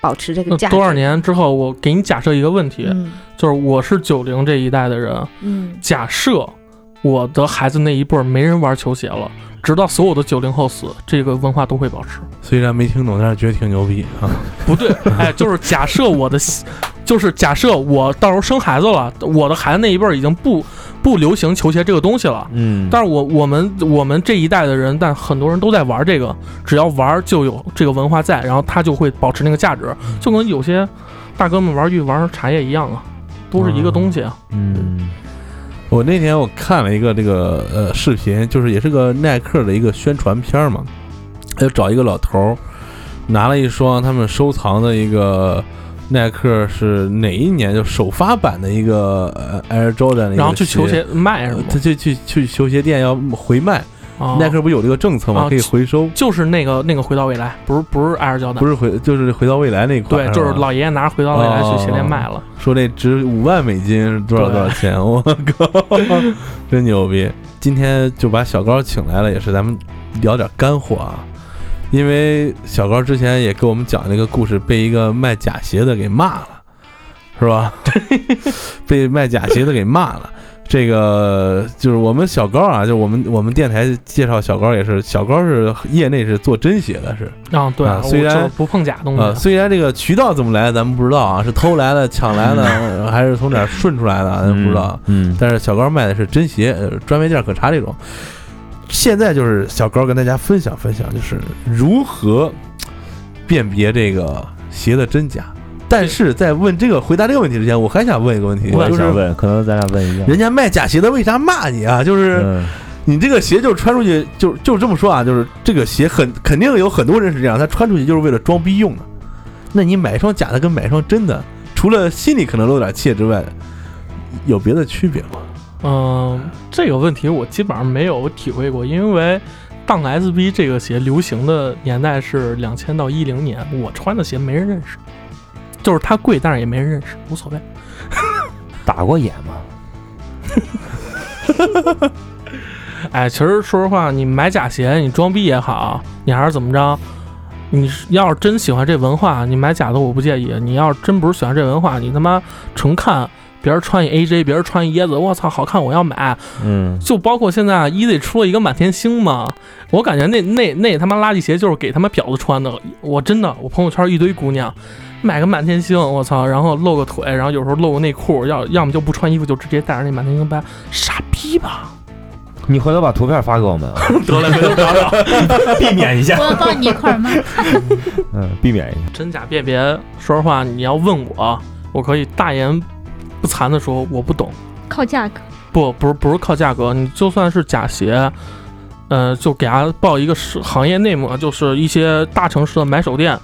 Speaker 10: 保持这个
Speaker 2: 那
Speaker 10: 价值？
Speaker 2: 多少？年之后，我给你假设一个问题，
Speaker 10: 嗯
Speaker 2: 就是我是九零这一代的人，
Speaker 10: 嗯
Speaker 2: 假设我的孩子那一辈儿没人玩球鞋了，直到所有的九零后死，这个文化都会保持。
Speaker 5: 虽然没听懂，但是觉得挺牛 逼啊。
Speaker 2: 不对，哎，就是假设我的，就是假设我到时候生孩子了，我的孩子那一辈儿已经不不流行球鞋这个东西了。
Speaker 6: 嗯，
Speaker 2: 但是我我们我们这一代的人，但很多人都在玩这个，只要玩就有这个文化在，然后它就会保持那个价值，就跟有些大哥们玩玉玩茶叶一样啊，都是一个东西啊。
Speaker 6: 嗯，
Speaker 5: 我那天我看了一个这个呃视频，就是也是个耐克的一个宣传片儿嘛，他就找一个老头儿拿了一双他们收藏的一个耐克是哪一年就首发版的一个呃 Air Jordan，的一个
Speaker 2: 然后去球鞋卖是
Speaker 5: 呃
Speaker 2: 吗？
Speaker 5: 他去去去球鞋店要回卖，
Speaker 2: 啊
Speaker 5: 耐克不有这个政策吗？
Speaker 2: 啊
Speaker 5: 可以回收，
Speaker 2: 就是那个那个回到未来，不是不是艾尔胶带
Speaker 5: 不，是回就是回到未来那一款
Speaker 2: 对
Speaker 5: 吧，，
Speaker 2: 就是老爷爷拿着回到未来去鞋店卖了。
Speaker 5: 说那值五万美金是多少
Speaker 2: 对
Speaker 5: 多少钱？我靠，真牛逼！今天就把小高请来了，也是咱们聊点干货啊，因为小高之前也给我们讲了一个故事，被一个卖假鞋的给骂了，是吧？被卖假鞋的给骂了。这个就是我们小高啊，就是我们我们电台介绍小高也是，小高是业内是做真鞋的，是
Speaker 2: 啊，对，
Speaker 5: 啊
Speaker 2: 我
Speaker 5: 虽然
Speaker 2: 就是不碰假
Speaker 6: 嗯
Speaker 2: 东
Speaker 5: 啊，
Speaker 2: 西。
Speaker 5: 虽然这个渠道怎么来的咱们不知道啊，是偷来的、抢来的，还是从哪儿顺出来的，咱们不知道。啊
Speaker 6: 嗯，
Speaker 5: 但是小高卖的是真鞋，呃专卖店可查这种。现在就是小高跟大家分享分享，就是如何辨别这个鞋的真假。但是在问这个回答这个问题之前，我还想问一个问题，
Speaker 6: 我
Speaker 5: 嗯
Speaker 6: 也
Speaker 5: 就
Speaker 6: 想
Speaker 5: 是
Speaker 6: 问，可能咱俩问一样。
Speaker 5: 人家卖假鞋的为啥骂你啊？就是。
Speaker 6: 嗯
Speaker 5: 你这个鞋就是穿出去，就就这么说啊，就是这个鞋很肯定有很多人是这样，他穿出去就是为了装逼用的。那你买一双假的跟买一双真的，除了心里可能露点怯之外，有别的区别吗？
Speaker 2: 嗯，这个问题我基本上没有体会过，因为。当 SB 这个鞋流行的年代是两千到一零年，我穿的鞋没人认识，就是它贵，但是也没人认识，无所谓。
Speaker 6: 打过眼吗？
Speaker 2: 哎，其实说实话，你买假鞋，你装逼也好，你还是怎么着，你是要是真喜欢这文化，你买假的我不介意；你要是真不是喜欢这文化，你他妈纯看别人穿一 AJ，别人穿一椰子，我操，好看我要买。
Speaker 6: 嗯，
Speaker 2: 就包括现在 Easy 出了一个满天星嘛，我感觉那那那他妈垃圾鞋就是给他妈婊子穿的。我真的，我朋友圈一堆姑娘买个满天星，我操，然后露个腿，然后有时候露个内裤，要要么就不穿衣服，就直接带着那满天星拍，傻逼吧？
Speaker 6: 你回头把图片发给我们啊，
Speaker 2: 得嘞，回头找找。
Speaker 6: 避免一 下
Speaker 1: 我要帮你一块儿卖。
Speaker 6: 嗯，避免一下。
Speaker 2: 真假辨别，说实话，你要问我，我可以大言不惭的说我不懂。
Speaker 1: 靠价格，
Speaker 2: 不，不是不是靠价格，你就算是假鞋，呃，就给它报一个是行业内幕，啊就是一些大城市的买手店。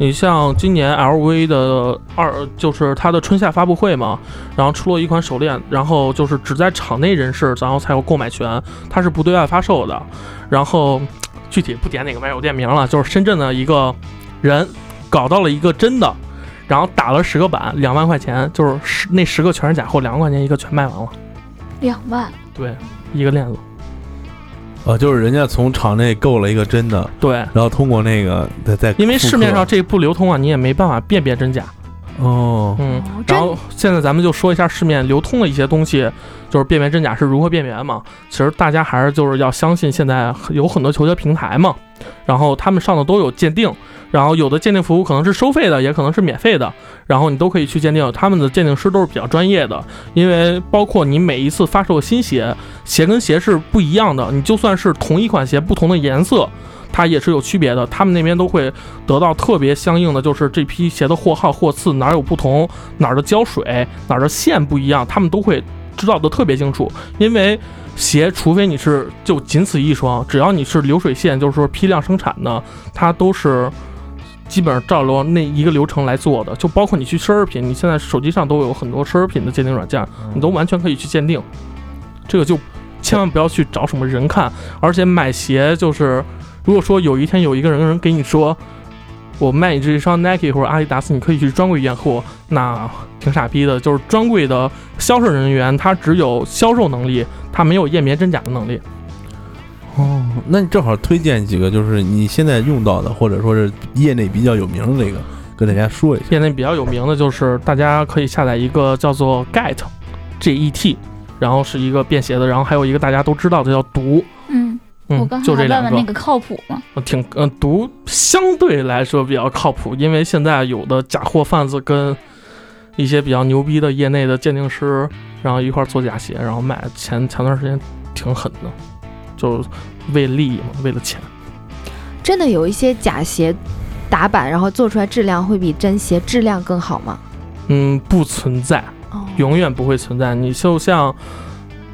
Speaker 2: 你像今年 LV 的二，就是它的春夏发布会嘛，然后出了一款手链，然后就是只在场内人士，然后才有购买权，它是不对外发售的。然后具体不点哪个买手店名了，就是深圳的一个人搞到了一个真的，然后打了十个版，两万块钱，就是十那十个全是假货，两万块钱一个全卖完了。
Speaker 1: 两万，
Speaker 2: 对，一个链子，
Speaker 5: 呃，就是人家从场内购了一个真的，
Speaker 2: 对，
Speaker 5: 然后通过那个再再
Speaker 2: 因为市面上
Speaker 5: 复
Speaker 2: 这不流通啊，你也没办法辨别真假。
Speaker 5: 刻哦，
Speaker 2: 嗯，
Speaker 1: 真
Speaker 2: 然后现在咱们就说一下市面流通的一些东西，就是辨别真假是如何辨别嘛。其实大家还是就是要相信现在有很多球鞋平台嘛，然后他们上的都有鉴定，然后有的鉴定服务可能是收费的，也可能是免费的，然后你都可以去鉴定。他们的鉴定师都是比较专业的，因为包括你每一次发售新鞋，鞋跟鞋是不一样的，你就算是同一款鞋，不同的颜色。它也是有区别的，他们那边都会得到特别相应的，就是这批鞋的货号、货次哪儿有不同，哪儿的胶水、哪儿的线不一样，他们都会知道的特别清楚。因为鞋，除非你是就仅此一双，只要你是流水线，就是说批量生产的，它都是基本上照着那一个流程来做的。就包括你去奢侈品，你现在手机上都有很多奢侈品的鉴定软件，你都完全可以去鉴定。这个就千万不要去找什么人看，而且买鞋就是，如果说有一天有一个人给你说。我卖你这一双 Nike 或者阿迪达斯，你可以去专柜验货，那挺傻逼的。就是专柜的销售人员，他只有销售能力，他没有验别真假的能力。
Speaker 5: 哦，那你正好推荐几个，就是你现在用到的，或者说是业内比较有名的这个，跟大家说一下。
Speaker 2: 业内比较有名的就是大家可以下载一个叫做 Get，G E T，然后是一个便携的，然后还有一个大家都知道的叫毒，
Speaker 1: 嗯，我
Speaker 2: 嗯
Speaker 1: 刚，才
Speaker 2: 就
Speaker 1: 还
Speaker 2: 这
Speaker 1: 问
Speaker 2: 两个
Speaker 1: 问。那个靠谱吗？
Speaker 2: 呃挺呃毒相对来说比较靠谱，因为现在有的假货贩子跟一些比较牛逼的业内的鉴定师，然后一块儿做假鞋，然后卖。前前段时间挺狠的，就为利益嘛，为了钱。
Speaker 10: 真的有一些假鞋打版，然后做出来质量会比真鞋质量更好吗？
Speaker 2: 嗯，不存在，
Speaker 10: 哦，
Speaker 2: 永远不会存在。你就像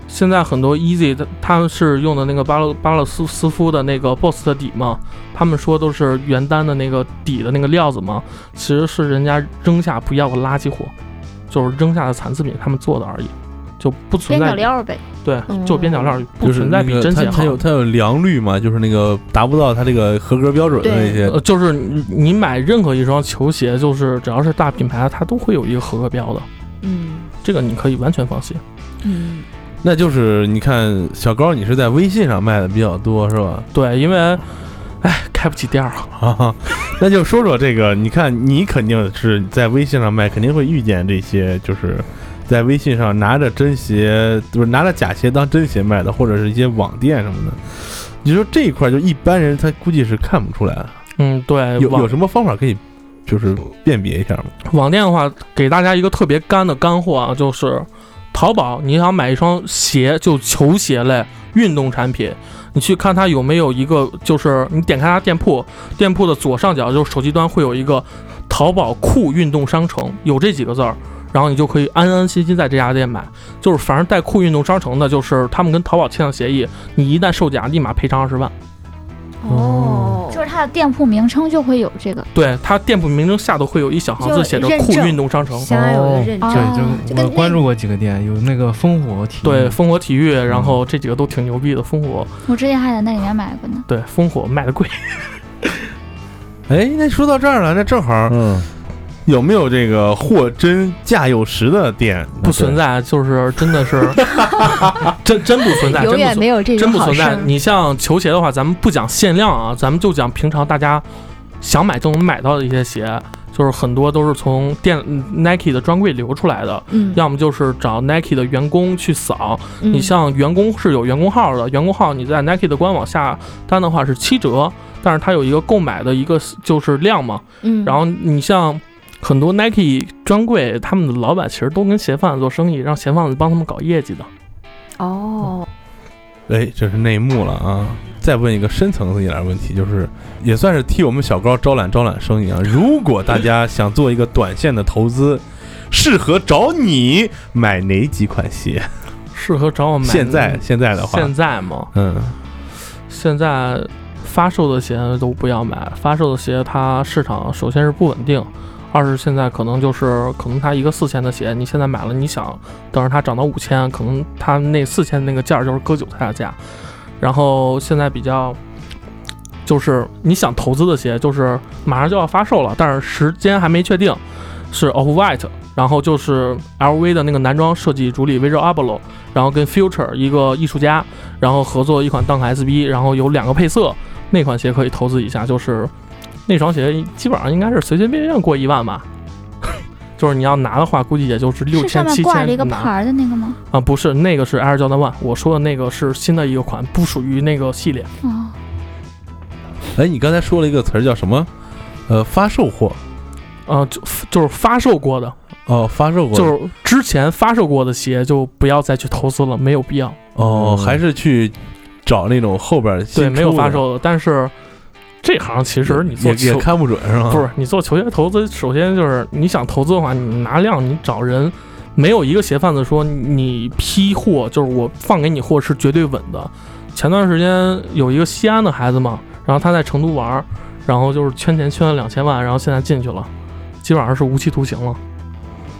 Speaker 2: 现在很多 Easy，他他们是用的那个巴勒巴勒斯斯夫的那个 Boss 的底嘛，他们说都是原单的那个底的那个料子嘛，其实是人家扔下不要的垃圾货，就是扔下的残次品，他们做的而已，就不存
Speaker 1: 边角
Speaker 2: 在。
Speaker 1: 料呗，
Speaker 2: 对，
Speaker 10: 嗯
Speaker 2: 就边角料，不
Speaker 5: 就是
Speaker 2: 存在
Speaker 5: 那
Speaker 2: 比
Speaker 5: 个
Speaker 2: 真
Speaker 5: 它
Speaker 2: 鞋好
Speaker 5: 它。有它有良率嘛，就是那个达不到它这个合格标准的
Speaker 10: 对
Speaker 5: 那些
Speaker 2: 呃，就是你你买任何一双球鞋，就是只要是大品牌，它都会有一个合格标的，
Speaker 10: 嗯
Speaker 2: 这个你可以完全放心。
Speaker 10: 嗯，
Speaker 5: 那就是你看小高，你是在微信上卖的比较多是吧？
Speaker 2: 对，因为，哎，开不起店儿啊。
Speaker 5: 啊，那就说说这个，你看你肯定是在微信上卖，肯定会遇见这些，就是在微信上拿着真鞋，不是拿着假鞋当真鞋卖的，或者是一些网店什么的。你说这一块，就一般人他估计是看不出来的，
Speaker 2: 嗯，对，
Speaker 5: 有
Speaker 2: 网
Speaker 5: 有什么方法可以就是辨别一下吗？
Speaker 2: 网店的话，给大家一个特别干的干货啊，就是淘宝，你想买一双鞋，就球鞋类运动产品，你去看它有没有一个，就是你点开它店铺，店铺的左上角就是手机端会有一个淘宝酷运动商城，有这几个字儿。然后你就可以安安心心在这家店买，就是反正带酷运动商城的，就是他们跟淘宝签了协议，你一旦售假，立马赔偿二十万。
Speaker 10: 哦，
Speaker 1: 就是它的店铺名称就会有这个，
Speaker 2: 对他店铺名称下头会有一小行字
Speaker 10: 就
Speaker 2: 写着
Speaker 10: 认
Speaker 2: 酷
Speaker 10: 证
Speaker 2: 运动商城，
Speaker 10: 相当于有一个认证，
Speaker 1: 哦
Speaker 10: 就
Speaker 7: 对，就
Speaker 10: 跟
Speaker 7: 我
Speaker 10: 那
Speaker 7: 关注过几个店，有那个烽火体育，
Speaker 2: 对，烽火体育，然后这几个都挺牛逼的。烽火，
Speaker 1: 我之前还在那里面买过呢。
Speaker 2: 对，烽火卖的贵。
Speaker 5: 哎，那说到这儿了，那正好
Speaker 6: 嗯，
Speaker 5: 有没有这个货真价有实的店？
Speaker 2: 不存在，就是真的是，真真不存在，真
Speaker 10: 永远
Speaker 2: 不
Speaker 10: 没
Speaker 2: 存
Speaker 10: 有这
Speaker 2: 真
Speaker 10: 种
Speaker 2: 不
Speaker 10: 好
Speaker 2: 存
Speaker 10: 事
Speaker 2: 在
Speaker 10: 儿。。
Speaker 2: 你像球鞋的话，咱们不讲限量啊，咱们就讲平常大家想买就能买到的一些鞋，就是很多都是从店嗯 Nike 的专柜流出来的，
Speaker 10: 嗯，
Speaker 2: 要么就是找 Nike 的员工去扫。
Speaker 10: 嗯
Speaker 2: 你像员工是有员工号的，员工号你在 Nike 的官网下单的话是七折，但是它有一个购买的一个就是量嘛，
Speaker 10: 嗯，
Speaker 2: 然后你像很多 Nike 专柜，他们的老板其实都跟鞋贩子做生意，让鞋贩子帮他们搞业绩的。
Speaker 10: 哦，
Speaker 5: 哎，这是内幕了啊！再问一个深层次一点的问题，就是也算是替我们小高招揽招揽生意啊。如果大家想做一个短线的投资，适合找你买哪几款鞋？
Speaker 2: 适合找我买
Speaker 5: 现在现在的话，
Speaker 2: 现在嘛，
Speaker 5: 嗯，
Speaker 2: 现在发售的鞋都不要买，发售的鞋它市场首先是不稳定。二是现在可能就是可能它一个四千的鞋，你现在买了，你想等着它涨到五千，可能它那四千那个价儿就是割韭菜的价。然后现在比较就是你想投资的鞋，就是马上就要发售了，但是时间还没确定，是 Off White，然后就是 LV 的那个男装设计主理 Virgil Abloh，然后跟 Future 一个艺术家，然后合作一款 Dunk SB，然后有两个配色，那款鞋可以投资一下，就是那双鞋基本上应该是随随便便过一万吧。 就是你要拿的话，估计也就是六
Speaker 1: 是上
Speaker 2: 千、
Speaker 1: 面
Speaker 2: 七
Speaker 1: 挂着一个
Speaker 2: 千
Speaker 1: 牌
Speaker 2: 拿
Speaker 1: 儿的那个吗？
Speaker 2: 啊，不是那个是 Air Jordan One，我说的那个是新的一个款，不属于那个系列。
Speaker 1: 哦，
Speaker 5: 哎，你刚才说了一个词儿叫什么？呃，发售货
Speaker 2: 呃，就就是发售过的，
Speaker 5: 哦，发售货
Speaker 2: 就是之前发售过的鞋就不要再去投资了，没有必要。
Speaker 5: 哦，
Speaker 6: 嗯
Speaker 5: 还是去找那种后边新
Speaker 2: 对，没有
Speaker 5: 出的
Speaker 2: 发售的，但是这行其实你做
Speaker 5: 也也
Speaker 2: 球
Speaker 5: 看不准是吗？
Speaker 2: 不是你做球鞋投资，首先就是你想投资的话，你拿量，你找人，没有一个鞋贩子说你批货，就是我放给你货是绝对稳的。前段时间有一个西安的孩子嘛，然后他在成都玩儿，然后就是圈钱圈了两千万，然后现在进去了，基本上是无期徒刑了。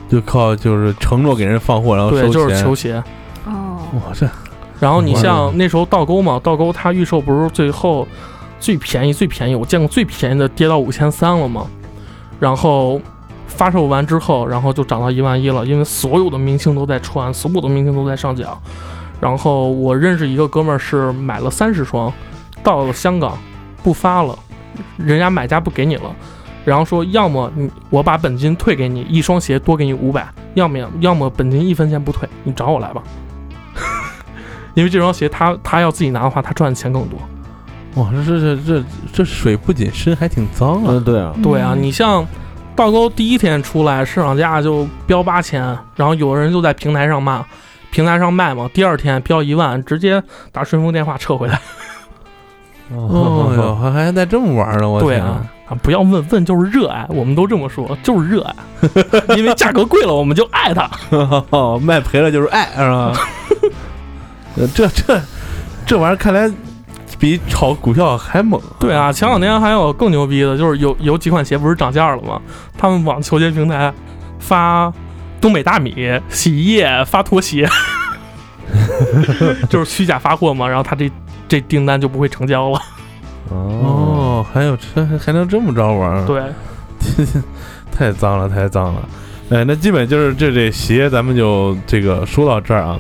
Speaker 5: 就靠就是承诺给人放货，然后
Speaker 2: 对，
Speaker 5: 收
Speaker 2: 就是
Speaker 5: 钱
Speaker 2: 球鞋。
Speaker 10: 哦，
Speaker 5: 哇，这
Speaker 2: 然后你
Speaker 5: 完了
Speaker 2: 像那时候倒钩嘛，倒钩它预售不是最后最便宜最便宜，我见过最便宜的跌到五千三了嘛。然后发售完之后，然后就涨到一万一了，因为所有的明星都在穿，所有的明星都在上脚。然后我认识一个哥们儿是买了三十双，到了香港不发了，人家买家不给你了。然后说，要么你我把本金退给你，一双鞋多给你五百，要么要么本金一分钱不退，你找我来吧。因为这双鞋他他要自己拿的话，他赚的钱更多。
Speaker 5: 哇，这这这这这水不仅深，还挺脏啊！
Speaker 6: 嗯，对啊，
Speaker 2: 对啊，你像倒钩第一天出来，市场价就标八千，然后有人就在平台上骂，平台上卖嘛，第二天标一万，直接打顺丰电话撤回来。
Speaker 5: 哦哟，还还带这么玩儿呢，我
Speaker 2: 嗯对
Speaker 5: 天
Speaker 2: 啊
Speaker 5: 啊！，
Speaker 2: 啊不要问，问就是热爱，我们都这么说，就是热爱， 因为价格贵了我们就爱它。
Speaker 5: 卖赔了就是爱，是吧？ 呃这这这玩意儿看来比炒股票还猛。
Speaker 2: 对啊，前两天还有更牛逼的，就是有有几款鞋不是涨价了吗？他们往球鞋平台发东北大米、洗衣液、发拖鞋， 就是虚假发货嘛。然后他这这订单就不会成交了。
Speaker 6: 哦，
Speaker 5: 哦，还有这还能这么着玩儿？啊
Speaker 2: 对，
Speaker 5: 太脏了，太脏了。哎，那基本就是这这鞋，咱们就这个说到这儿啊。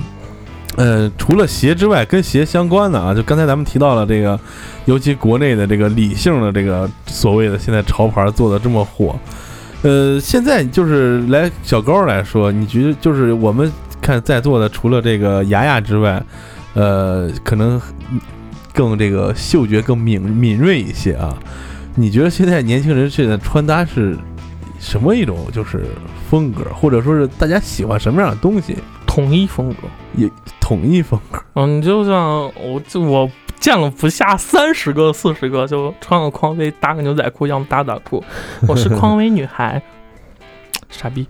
Speaker 5: 呃，除了鞋之外，跟鞋相关的啊，就刚才咱们提到了这个，尤其国内的这个理性的这个所谓的现在潮牌做的这么火，呃，现在就是来小高来说，你觉得就是我们看在座的，除了这个雅雅之外，呃，可能更这个嗅觉更敏敏锐一些啊。你觉得现在年轻人现在穿搭是什么一种就是风格，或者说是大家喜欢什么样的东西，
Speaker 2: 统一风格。
Speaker 5: 统一风格。
Speaker 2: 嗯，你就像我就我见了不下三十个、四十个，就穿个匡威，搭个牛仔裤，要么打打裤，我是匡威女孩， 傻逼。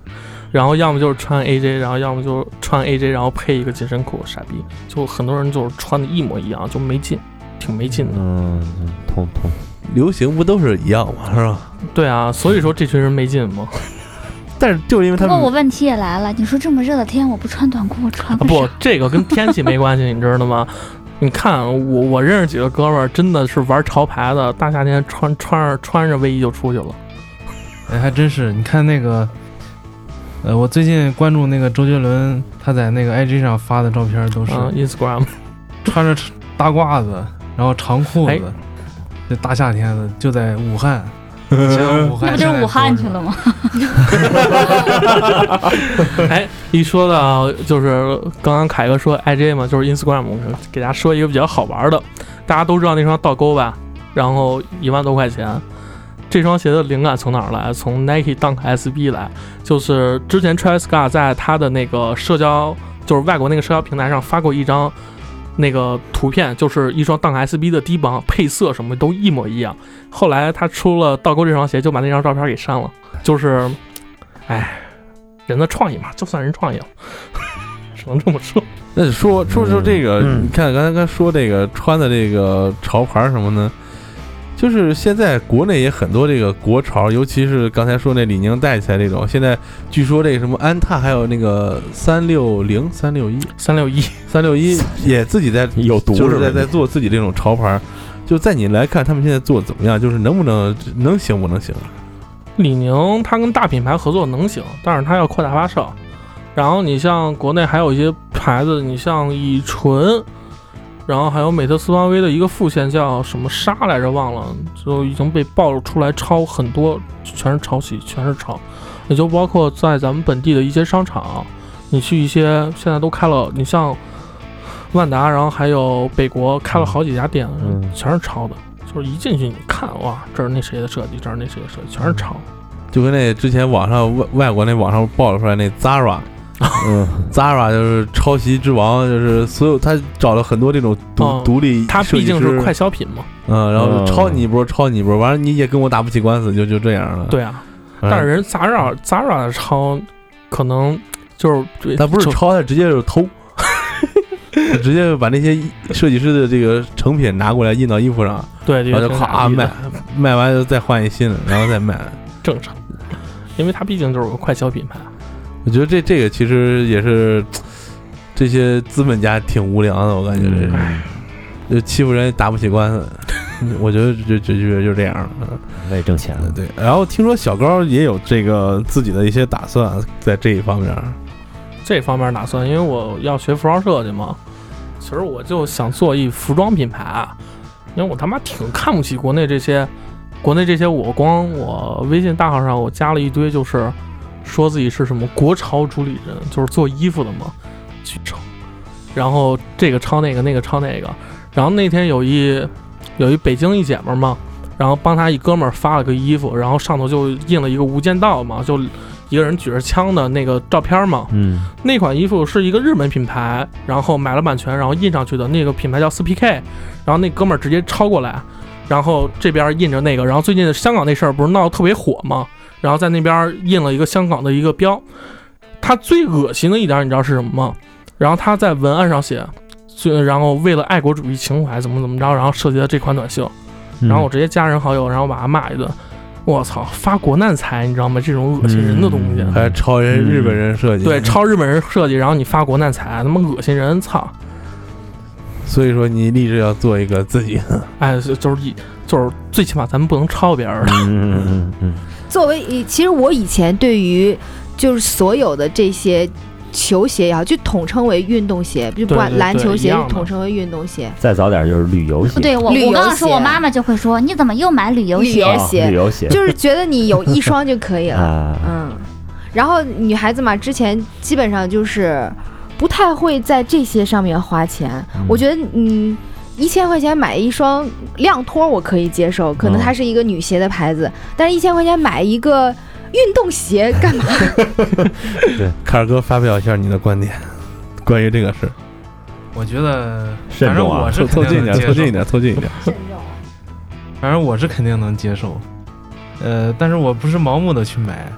Speaker 2: 然后要么就是穿 AJ，然后要么就是穿 AJ，然后配一个紧身裤，傻逼。就很多人就是穿的一模一样，就没劲，挺没劲的。
Speaker 6: 嗯，通通，
Speaker 5: 流行不都是一样吗？是吧？
Speaker 2: 对啊，所以说这群人没劲嘛。
Speaker 5: 但是就是因为
Speaker 1: 不
Speaker 5: 他
Speaker 1: 过我
Speaker 5: 们
Speaker 1: 问题也来了，你说这么热的天，我不穿短裤，我穿
Speaker 2: 啊
Speaker 1: 个
Speaker 2: 不
Speaker 1: 啥？，
Speaker 2: 这个跟天气没关系，你知道吗？ 你看我，我认识几个哥们儿，真的是玩潮牌的，大夏天穿穿着穿着卫衣就出去了。
Speaker 7: 哎，还真是。你看那个，呃，我最近关注那个周杰伦，他在那个 IG 上发的照片都是
Speaker 2: 嗯，Instagram
Speaker 7: 穿着大褂子，然后长裤
Speaker 2: 哎
Speaker 7: 子，这大夏天的就在武 汉，想武
Speaker 1: 那
Speaker 7: 汉
Speaker 1: 不就是武汉去
Speaker 7: 现在多热
Speaker 1: 了吗？
Speaker 2: 哎，一说到就是刚刚凯哥说 IJ 嘛，就是 Instagram，我给大家说一个比较好玩的，大家都知道那双倒钩吧，然后一万多块钱。这双鞋的灵感从哪儿来？从 Nike Dunk SB 来，就是之前 Travis Scott 在他的那个社交，就是外国那个社交平台上发过一张那个图片，就是一双 Dunk SB 的低帮，配色什么都一模一样。后来他出了倒钩这双鞋，就把那张照片给删了。就是，哎，人的创意嘛，就算人创意了， 只能这么说。
Speaker 5: 那说说说这个，
Speaker 2: 嗯
Speaker 5: 你看刚才刚才说这个穿的这个潮牌什么呢？就是现在国内也很多这个国潮，尤其是刚才说那李宁带起来这种，现在据说这个什么安踏，还有那个三六零、三六一、
Speaker 2: 三六一，
Speaker 5: 三六一也自己在
Speaker 6: 有毒
Speaker 5: 就是是
Speaker 6: 吧
Speaker 5: 在在做自己这种潮牌儿。就在你来看，他们现在做得怎么样？就是能不能能行不能行？
Speaker 2: 李宁它跟大品牌合作能行，但是它要扩大发售。然后你像国内还有一些牌子，你像乙醇，然后还有美特斯邦威的一个副线叫什么沙来着，忘了，就已经被爆出来抄很多，全是抄袭，全是抄。也就包括在咱们本地的一些商场，你去一些现在都开了，你像万达，然后还有北国开了好几家店，
Speaker 6: 嗯
Speaker 2: 全是抄的。就是一进去你看，哇，这是那谁的设计，这是那谁的设计，全是抄。
Speaker 5: 就跟那之前网上外外国那网上爆出来那 Zara。
Speaker 6: 嗯，
Speaker 5: Zara 就是抄袭之王，就是所有他找了很多这种独、
Speaker 2: 哦
Speaker 5: 独立设计师，
Speaker 2: 它毕竟是快哦消品嘛，
Speaker 5: 嗯，然后
Speaker 6: 嗯
Speaker 5: 就抄你一波，抄你一波，完了你也跟我打不起官司，就就这样了。
Speaker 2: 对啊。
Speaker 5: 嗯，
Speaker 2: 但是人 Zara Zara 的抄，可能就是对
Speaker 5: 他不是
Speaker 2: 就
Speaker 5: 抄，他直接就是偷， 他直接把那些设计师的这个成品拿过来印到衣服上，
Speaker 2: 对，
Speaker 5: 然后就
Speaker 2: 也挺
Speaker 5: 咔
Speaker 2: 傻逼的
Speaker 5: 卖卖完就再换一新的，然后再卖。
Speaker 2: 正常，因为它毕竟就是个快消品牌。
Speaker 5: 我觉得这这个其实也是这些资本家挺无良的，我感觉这是。就欺负人打不起官司，我觉得就就就就这样了。
Speaker 6: 为挣钱了
Speaker 5: 嗯，对，然后听说小高也有这个自己的一些打算在这一方面。
Speaker 2: 这方面打算，因为我要学服装设计嘛，其实我就想做一服装品牌，因为我他妈挺看不起国内这些，国内这些我光我微信大号上我加了一堆，就是说自己是什么国潮主理人，就是做衣服的嘛，去抄，然后这个抄那个，那个抄那个，然后那天有一有一北京一姐们儿嘛。然后帮她一哥们儿发了个衣服，然后上头就印了一个《无间道》嘛，就一个人举着枪的那个照片儿嘛。
Speaker 6: 嗯，
Speaker 2: 那款衣服是一个日本品牌，然后买了版权，然后印上去的那个品牌叫 4PK，然后那哥们儿直接抄过来，然后这边印着那个，然后最近香港那事儿不是闹得特别火吗？然后在那边印了一个香港的一个标，他最恶心的一点你知道是什么吗？然后他在文案上写，最然后为了爱国主义情怀怎么怎么着，然后设计了这款短袖，
Speaker 6: 嗯
Speaker 2: 然后我直接加人好友，然后把他骂一顿，我操，发国难财你知道吗？这种恶心人的东西。
Speaker 6: 嗯
Speaker 5: 还抄人
Speaker 6: 嗯
Speaker 5: 日本人设计，
Speaker 2: 对，抄日本人设计，然后你发国难财，他妈恶心人！操！
Speaker 5: 所以说你立志要做一个自己的，
Speaker 2: 哎，就就是一就是最起码咱们不能抄别人的。
Speaker 6: 嗯嗯嗯
Speaker 10: 作为以其实我以前对于就是所有的这些球鞋也好，就统称为运动鞋，就不
Speaker 2: 对
Speaker 10: 管
Speaker 2: 对
Speaker 10: 篮
Speaker 2: 对
Speaker 10: 球
Speaker 2: 一
Speaker 10: 鞋
Speaker 2: 样
Speaker 10: 就
Speaker 2: 的
Speaker 10: 统称为运动 鞋。
Speaker 6: 再早点就是旅游鞋，
Speaker 1: 对我，
Speaker 10: 旅游
Speaker 1: 我刚刚说，
Speaker 10: 鞋
Speaker 1: 我妈妈就会说，你怎么又买旅游
Speaker 10: 旅
Speaker 1: 鞋
Speaker 10: 游？
Speaker 6: 啊
Speaker 10: 鞋
Speaker 6: 旅游鞋
Speaker 10: 就是觉得你有一双就可以 了。
Speaker 6: 啊，
Speaker 10: 嗯，然后女孩子嘛，之前基本上就是不太会在这些上面花钱。
Speaker 6: 嗯
Speaker 10: 我觉得，嗯，一千块钱买一双亮拖我可以接受，可能
Speaker 7: 哦
Speaker 6: 嗯
Speaker 10: 它是一个女鞋的牌子，但是一千块钱买一个运动鞋干嘛？
Speaker 5: 凯尔哥发表一下你的观点，关于这个事儿。
Speaker 7: 我觉得，
Speaker 6: 慎
Speaker 7: 反正
Speaker 6: 重啊
Speaker 7: 我是
Speaker 5: 凑凑
Speaker 7: 肯
Speaker 5: 近
Speaker 7: 定
Speaker 5: 一点，
Speaker 7: 能接
Speaker 5: 凑近一
Speaker 7: 受，
Speaker 5: 点，凑近一点。
Speaker 7: 反正我是肯定能接受。呃，但是我不是盲目的去买，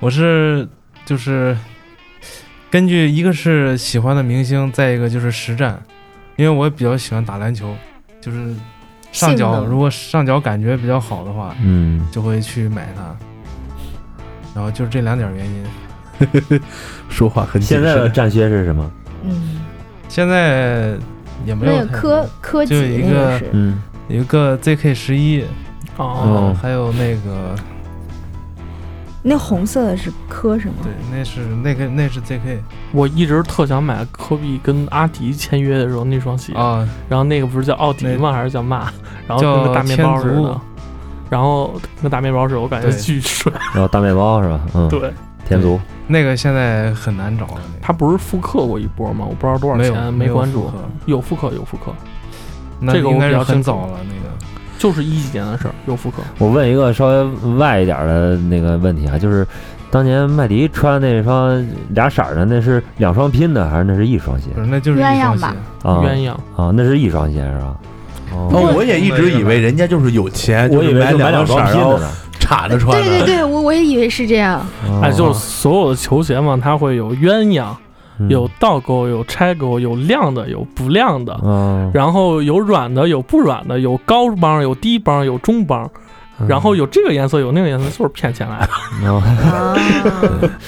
Speaker 7: 我是就是根据一个是喜欢的明星，再一个就是实战，因为我比较喜欢打篮球，就是上
Speaker 10: 性
Speaker 7: 脚
Speaker 10: 能
Speaker 7: 如果上脚感觉比较好的话，
Speaker 6: 嗯，
Speaker 7: 就会去买它。然后就是这两点原因。
Speaker 5: 说话很谨
Speaker 6: 现在的
Speaker 5: 慎。
Speaker 6: 战靴是什么？
Speaker 10: 嗯，
Speaker 7: 现在也没
Speaker 10: 那
Speaker 7: 有
Speaker 10: 个
Speaker 7: 太
Speaker 10: 科科
Speaker 7: 就
Speaker 10: 技
Speaker 7: 一
Speaker 10: 那
Speaker 7: 个
Speaker 10: 是。
Speaker 6: 嗯，
Speaker 7: 有一个 ZK 十一，嗯
Speaker 2: 哦，
Speaker 6: 哦
Speaker 7: 还有那个
Speaker 10: 那红色的是科什么？
Speaker 7: 对，那是那个那是 ZK
Speaker 2: 我一直特想买科比跟阿迪签约的时候那双鞋，
Speaker 7: 啊，
Speaker 2: 然后那个不是叫奥迪吗？还是叫嘛？然后跟个大面包似
Speaker 7: 叫天
Speaker 2: 的
Speaker 7: 足，
Speaker 2: 然后跟个大面包似的，我感觉
Speaker 7: 对
Speaker 2: 巨 帅。
Speaker 6: 然后大面包是吧？嗯，
Speaker 2: 对，
Speaker 6: 天足，
Speaker 7: 那个现在很难找了，
Speaker 2: 他不是复刻过一波吗？我不知道多
Speaker 7: 那
Speaker 2: 少
Speaker 7: 个没
Speaker 2: 钱，没
Speaker 7: 有
Speaker 2: 关，
Speaker 7: 有
Speaker 2: 注
Speaker 7: 复。刻
Speaker 2: 有复刻，有复刻，
Speaker 7: 那
Speaker 2: 这个我
Speaker 7: 应该
Speaker 2: 比
Speaker 7: 是
Speaker 2: 较
Speaker 7: 很
Speaker 2: 清楚
Speaker 7: 早了，那个
Speaker 2: 就是一几年的事儿，有复刻。
Speaker 6: 我问一个稍微外一点的那个问题啊，就是当年麦迪穿那双俩色儿的，那是两双拼的，还是那是一双鞋
Speaker 7: 不是，那就是一
Speaker 1: 鸳鸯
Speaker 7: 双
Speaker 1: 吧
Speaker 7: 鞋，
Speaker 6: 啊？
Speaker 2: 鸳鸯，
Speaker 6: 啊，那是一双鞋是吧？哦，
Speaker 5: 哦，我也一直以为人家就是有钱，
Speaker 6: 我以为
Speaker 5: 就是
Speaker 6: 就买
Speaker 5: 两
Speaker 6: 双
Speaker 5: 色，
Speaker 6: 拼
Speaker 5: 然后
Speaker 6: 的呢。
Speaker 5: 插着穿
Speaker 10: 对对
Speaker 5: 的。
Speaker 10: 对，我我也以为是这 样。
Speaker 6: 哦嗯
Speaker 2: 哎，
Speaker 7: 啊
Speaker 2: 就是所有的球鞋嘛，它会有鸳鸯，有
Speaker 6: 哦
Speaker 2: 倒钩，有拆钩，有亮的，有不亮的，
Speaker 6: 嗯，
Speaker 2: 然后有软的，有不软的，有高帮，有低帮，有中帮，
Speaker 5: 嗯
Speaker 2: 然后有这个颜色，有那个颜色，就是骗钱来的。
Speaker 6: 然后
Speaker 10: 啊，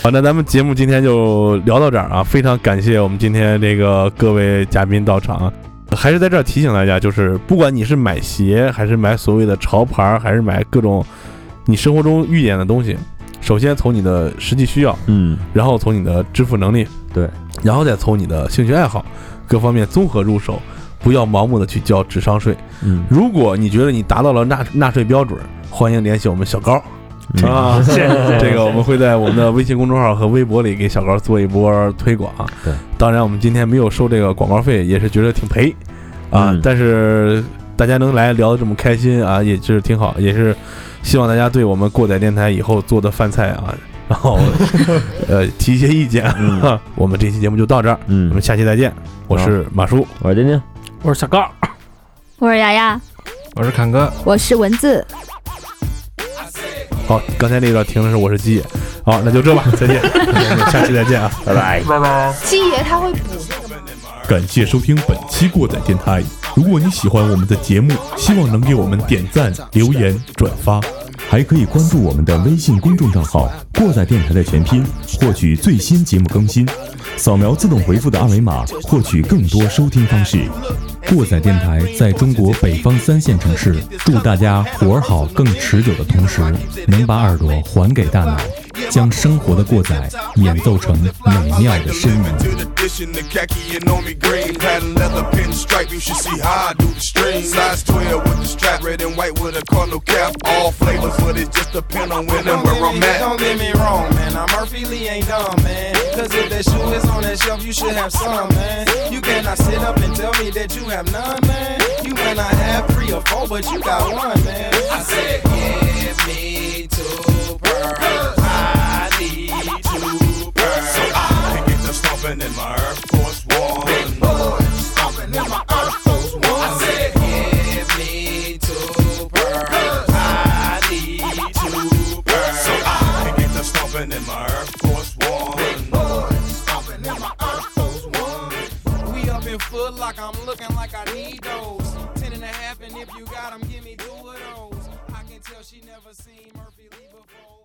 Speaker 5: 好，那咱们节目今天就聊到这儿啊！非常感谢我们今天这个各位嘉宾到场啊。还是在这儿提醒大家，就是不管你是买鞋，还是买所谓的潮牌儿，还是买各种你生活中遇见的东西，首先从你的实际需要，
Speaker 7: 嗯，
Speaker 5: 然后从你的支付能力，
Speaker 7: 对，
Speaker 5: 然后再从你的兴趣爱好各方面综合入手，不要盲目的去交智商税。
Speaker 7: 嗯
Speaker 5: 如果你觉得你达到了纳纳税标准，欢迎联系我们小高
Speaker 7: 嗯
Speaker 5: 啊。
Speaker 2: 谢谢
Speaker 5: 这个我们会在我们的微信公众号和微博里给小高做一波推广。
Speaker 7: 对，
Speaker 5: 当然我们今天没有收这个广告费，也是觉得挺赔啊。
Speaker 7: 嗯
Speaker 5: 但是大家能来聊得这么开心啊，也是挺好，也是希望大家对我们过载电台以后做的饭菜啊， 然后呃提一些意见。
Speaker 7: 嗯
Speaker 5: 我们这期节目就到这儿，我
Speaker 7: 嗯
Speaker 5: 们，下期再见。我是马叔，
Speaker 7: 我是丁丁。
Speaker 2: 我是小高。
Speaker 1: 我是丫丫，
Speaker 11: 我是侃哥。
Speaker 10: 我是文字。
Speaker 5: 好，刚才那段停的是我是鸡爷，好，那就这吧，再见，我们下期再见啊，拜拜。
Speaker 10: 七爷他会补
Speaker 5: 感谢收听本期过载电台。如果你喜欢我们的节目，希望能给我们点赞、留言、转发。
Speaker 6: 还可以关注我们的微信公众账号“过载电台”的全拼，获取最新节目更新。扫描自动回复的二维码，获取更多收听方式。过载电台在中国北方三线城市，祝大家活儿好更持久的同时，能把耳朵还给大脑，将生活的过载演奏成美妙的呻吟。
Speaker 12: Addition to khaki and only green pattern leather pinstripe. You should see how I do the string. Size 12 with the strap, red and white with a cardinal cap. All flavors, but it just depend on when and where I'm at.
Speaker 3: Don't get me wrong, man. I'm Murphy Lee, ain't dumb, man. Cause if that shoe is on that shelf, you should have some, man. You cannot sit up and tell me that you have none, man. You might not have three or four, but you got one, man. I said, give me two birds. I need two birds. So I
Speaker 12: Can get to stomping in my Air Force One.
Speaker 3: stomping in my Air Force One. I said, give me two birds. I need two birds.
Speaker 12: So I can get to stomping in my Air Force One.
Speaker 3: stomping in my Air Force One. We up in Foot Lock, I'm looking like I need those. Ten and a half, and if you got 'em, give me two of those. I can tell she never seen Murphy Lee before.